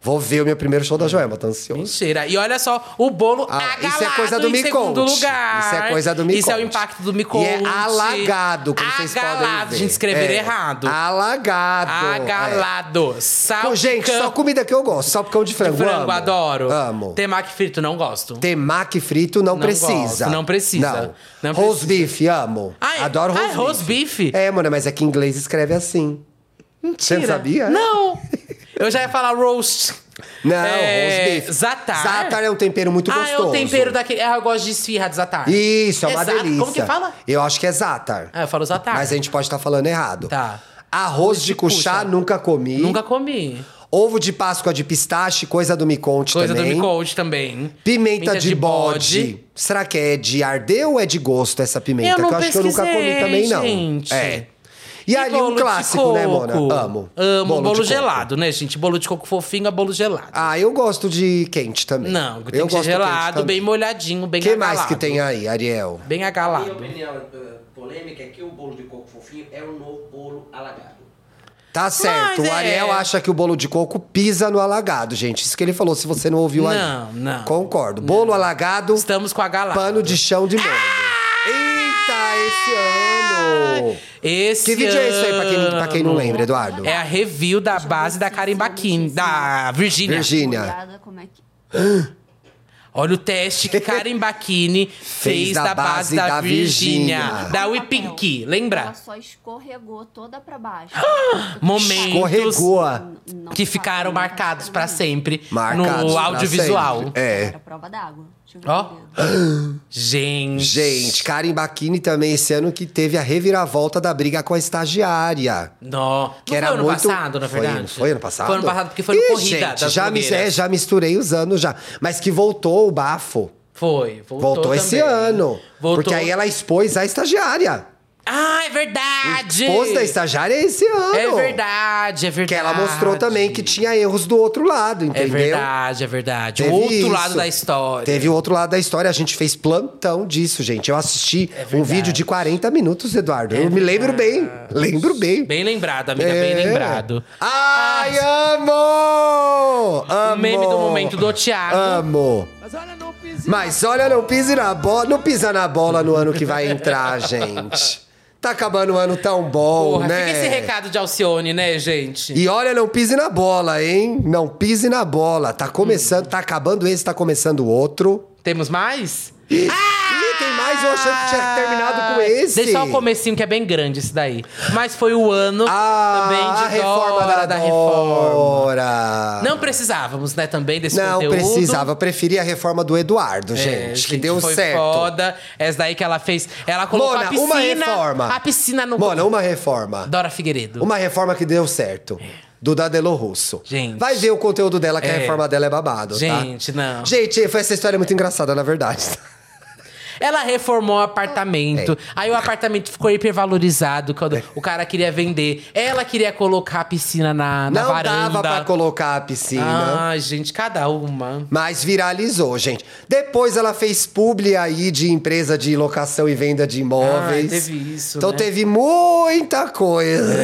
Vou ver o meu primeiro show da Joelma, tô ansioso. Mentira. E olha só, o bolo agalado isso é coisa do tá em Me segundo Conte. lugar. Isso é coisa do Me Isso é o Conte. impacto do Micon. E é alagado, como vocês podem Agalado, ver. gente, escrever É, errado. Alagado. É. Agalado. Sal- Pô, gente, só comida que eu gosto. Só pão de frango. frango, amo. adoro. Amo. Temaki frito, não gosto. Temaki frito não, Não precisa. gosto, não precisa. Não. Não Roast beef, amo. Ai, Adoro ai, roast beef. roast É, mano, mas é que em inglês escreve assim. Você não Mentira. sabia? Não. Eu já ia falar roast. Não, É, roast beef. Zatar. Zatar é um tempero muito Ah, gostoso. é o tempero daquele... Ah, eu gosto de esfirra de zatar. Isso, é uma Exato. delícia. Como que fala? Eu acho que é zatar. Ah, eu falo zatar. Mas a gente pode estar falando errado. Tá. Arroz de cuchá, nunca comi. Nunca comi. Ovo de páscoa de pistache, coisa do Me Conte Coisa também. do Micold também. Pimenta, de, bode. Será que é de arder ou é de gosto essa pimenta? Eu não que eu acho que eu nunca comi pesquisei, também, não. gente. É. E, ali bolo um de clássico, né, Mona? coco. Amo. Amo bolo, de coco. gelado, né, gente? Bolo de coco fofinho é bolo gelado. Ah, eu gosto de quente também. Não, tem eu que ser gosto quente gelado, também. bem molhadinho, bem que agalado. mais que tem aí, Ariel? Bem A minha agalado. opinião eh, polêmica é que o bolo de coco fofinho é o novo bolo alagado. Tá certo, Mas o Ariel é. acha que o bolo de coco pisa no alagado, gente. Isso que ele falou, se você não ouviu aí. Não, não. Concordo. Bolo alagado. Estamos com a galada. Pano de chão de molho. Ah! Eita, esse ano! Esse Que vídeo é isso aí, pra quem- pra quem não ano lembra, Eduardo? É a review da base da Karen Baquin, da Virgínia. Virgínia. Como é que Olha o teste que Karen Bacchini fez da base da, Virgínia. Virgínia. Da Wipinki, ela lembra? só escorregou toda pra baixo. Momentos Escorregou. que ficaram marcados pra sempre Marcados no pra audiovisual. sempre. É. Era prova d'água. Deixa eu ver. Ó. Gente. Gente, Karen Bacchini também esse ano que teve a reviravolta da briga com a estagiária. Nó. Que não era foi ano muito- passado, na Foi- verdade. foi ano passado? Foi ano passado, porque foi no Ih, Corrida gente, das já, mis- blogueiras. é, já misturei os anos já. Mas que voltou o bafo. Foi, voltou Voltou, esse também. ano. Voltou. Porque aí ela expôs a estagiária. Ah, é verdade! Expôs da estagiária esse ano. É verdade, é verdade. Que ela mostrou também que tinha erros do outro lado, É entendeu? verdade, é verdade. O Teve outro isso. lado da história. Teve o outro lado da história, a gente fez plantão disso, gente. Eu assisti É um vídeo de 40 minutos, Eduardo. Eu me lembro bem. Lembro bem. Bem lembrado, amiga, É. bem lembrado. Ah. Ai, amo! Amo! O meme do momento do Thiago. Amo! Mas olha, não pise na bola. Não pisa na bola no ano que vai entrar, gente. Tá acabando um ano tão bom, Porra, né? fica esse recado de Alcione, né, gente? E olha, não pise na bola, hein? Não pise na bola. Tá começando, tá acabando esse, tá começando o outro. Temos mais? Ih, tem mais, eu achei que tinha terminado com esse. Ah, Deixa só o comecinho, que é bem grande esse daí. Mas foi o ano Ah, a também de reforma Dora, da, da reforma. Dora. Não precisávamos, né, também desse Não conteúdo. precisava. Eu preferia a reforma do Eduardo, É, gente, que deu foi certo. foda. Essa daí que ela fez. Ela colocou Mona, a piscina. uma reforma. A piscina no. Mona, uma reforma. Dora Figueiredo. Uma reforma que deu certo. Do Dadelo Russo. É. Gente. Vai ver o conteúdo dela, que a É. reforma dela é babado, tá? Gente, não. Gente, foi essa história muito engraçada, na verdade. Ela reformou o É. apartamento. Aí o apartamento ficou hipervalorizado. Quando o cara queria vender. Ela queria colocar a piscina na, na Não varanda. Ah, dava pra colocar né? a piscina. Ai, gente, cada uma. Mas viralizou, gente. Depois ela fez publi aí de empresa de locação e venda de imóveis. Ah, teve isso, Então né? É. teve muita coisa.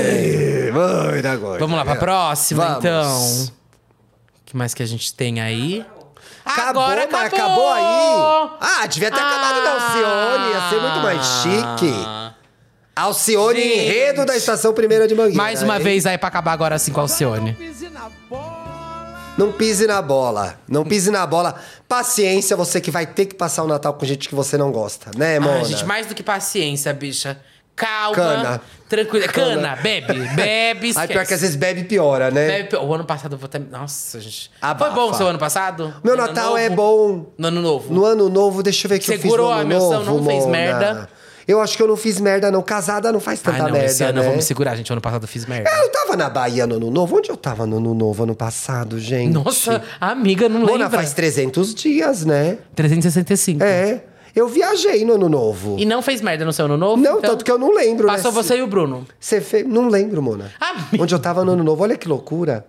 Muita coisa. Vamos lá pra próxima, Vamos. então. O que mais que a gente tem aí? Acabou, Agora mas acabou! acabou aí. Ah, devia ter acabado da Alcione. Ia ser muito mais chique. Alcione, Ah. Gente. enredo da estação primeira de Mangueira. Mais uma hein? vez aí pra acabar agora assim com a Alcione. Não pise na bola. Não pise na bola. Paciência, você que vai ter que passar o Natal com gente que você não gosta, né, Ah, mano? gente, mais do que paciência, bicha. calma, Cana. tranquila. Cana, Cana. bebe, bebe, Aí esquece. pior que às vezes bebe e piora, né? Bebe, pior. o ano passado eu vou até... Nossa, gente. Abafa. Foi bom o seu ano passado? Meu Ano Natal novo? é bom. No ano novo. No ano novo, deixa eu ver o que Segurou eu a fiz no ano emoção, novo, não fez Mona. merda? Eu acho que eu não fiz merda, não. Casada não faz Ai, tanta não, merda, esse ano né? Ah, É eu vou me segurar, gente. Ano passado eu fiz merda. Eu tava na Bahia no ano novo. Onde eu tava no ano novo ano passado, gente? Nossa, amiga, não um Mona, lembra. faz 300 dias, né? 365. É. Eu viajei no ano novo. E não fez merda no seu ano novo? então Não, tanto que eu não lembro. Passou né? você e o Bruno. Você fez... Não lembro, Mona. Ah, Onde eu tava no ano novo. Olha que loucura.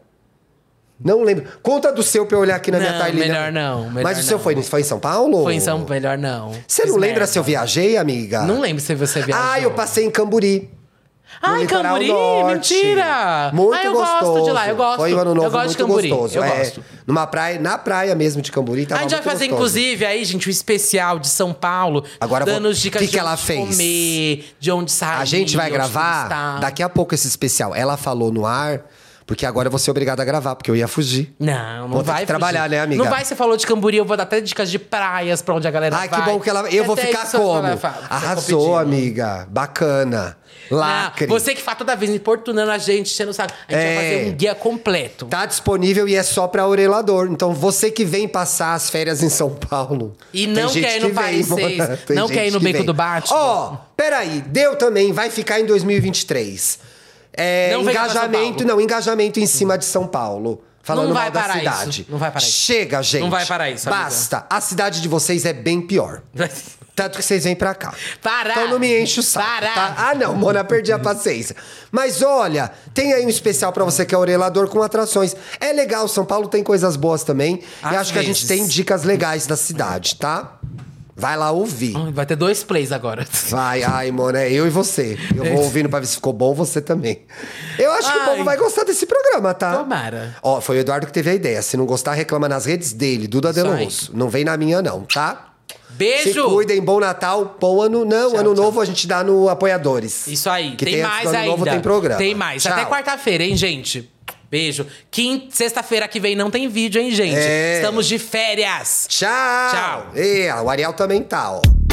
Não lembro. Conta do seu pra eu olhar aqui na minha Não, timeline. melhor não, melhor Mas o seu não. foi, foi em São Paulo? Foi em São Melhor não. Você não lembra se eu viajei, amiga? Não lembro se você viajou. Ah, eu passei em Camburi. no Ai, litoral Camburi, norte. mentira! Muito Ai, eu gostoso. gosto de lá, eu gosto. Foi um ano novo eu gosto muito de Camburi. gostoso. Eu é. gosto. Numa praia, na praia mesmo de Camburi, a tava gente vai muito fazer, gostoso. inclusive, aí, gente, o especial de São Paulo. Agora vou- dando dicas que de que ela onde fez? comer, de onde sair. A gente vai onde gravar turistar. daqui a pouco esse especial. Ela falou no ar, porque agora eu vou ser obrigada a gravar, porque eu ia fugir. Não, não Vou ter vai que trabalhar, fugir. né, amiga? Não vai, você falou de Camburi, eu vou dar até dicas de praias pra onde a galera Ai, vai. que bom que ela. Eu vou Até ficar isso eu vou como? falar, tá fa- ficou Arrasou, pedindo. amiga. Bacana. Lacre. Ah, você que faz toda vez importunando a gente, você não sabe. A gente vai É. fazer um guia completo. Tá disponível e é só pra orelador. Então você que vem passar as férias em São Paulo. E não Tem gente quer ir no que vem, Paris 6, Mona. Tem não quer ir gente no que Beco vem. do Batman. Ó, peraí, deu também, vai ficar em 2023. É, Não vem pra São engajamento, Paulo. não, engajamento em cima de São Paulo. Falando Não vai mal da parar isso, cidade. não vai parar isso. Chega, gente. Não vai parar isso, amiga. Basta. A cidade de vocês é bem pior. Tanto que vocês vêm pra cá. Parar. Então não me enche o saco. tá? Ah, não, Mona, perdi a paciência. Mas olha, tem aí um especial pra você que é orelador com atrações. É legal, São Paulo tem coisas boas também. Às e acho que a gente vezes. tem dicas legais da cidade, tá? Vai lá ouvir. Vai ter dois plays agora. Vai, ai, Mona, é eu e você. Eu vou ouvindo pra ver se ficou bom, você também. Eu acho que o Ai. povo vai gostar desse programa, tá? Tomara. Ó, foi o Eduardo que teve a ideia. Se não gostar, reclama nas redes dele, Duda Isso aí. Delonso. Não vem na minha, não, tá? Beijo! Se cuidem, bom Natal, bom ano. Não, ano novo a gente dá no Apoiadores. Isso aí. Que tem, tem antes mais do ano ainda. novo, tem programa. Tem mais. Tchau. Até quarta-feira, hein, gente? Beijo. Quinta, sexta-feira que vem não tem vídeo, hein, gente? É. Estamos de férias. Tchau! Tchau. É, o Ariel também tá, ó.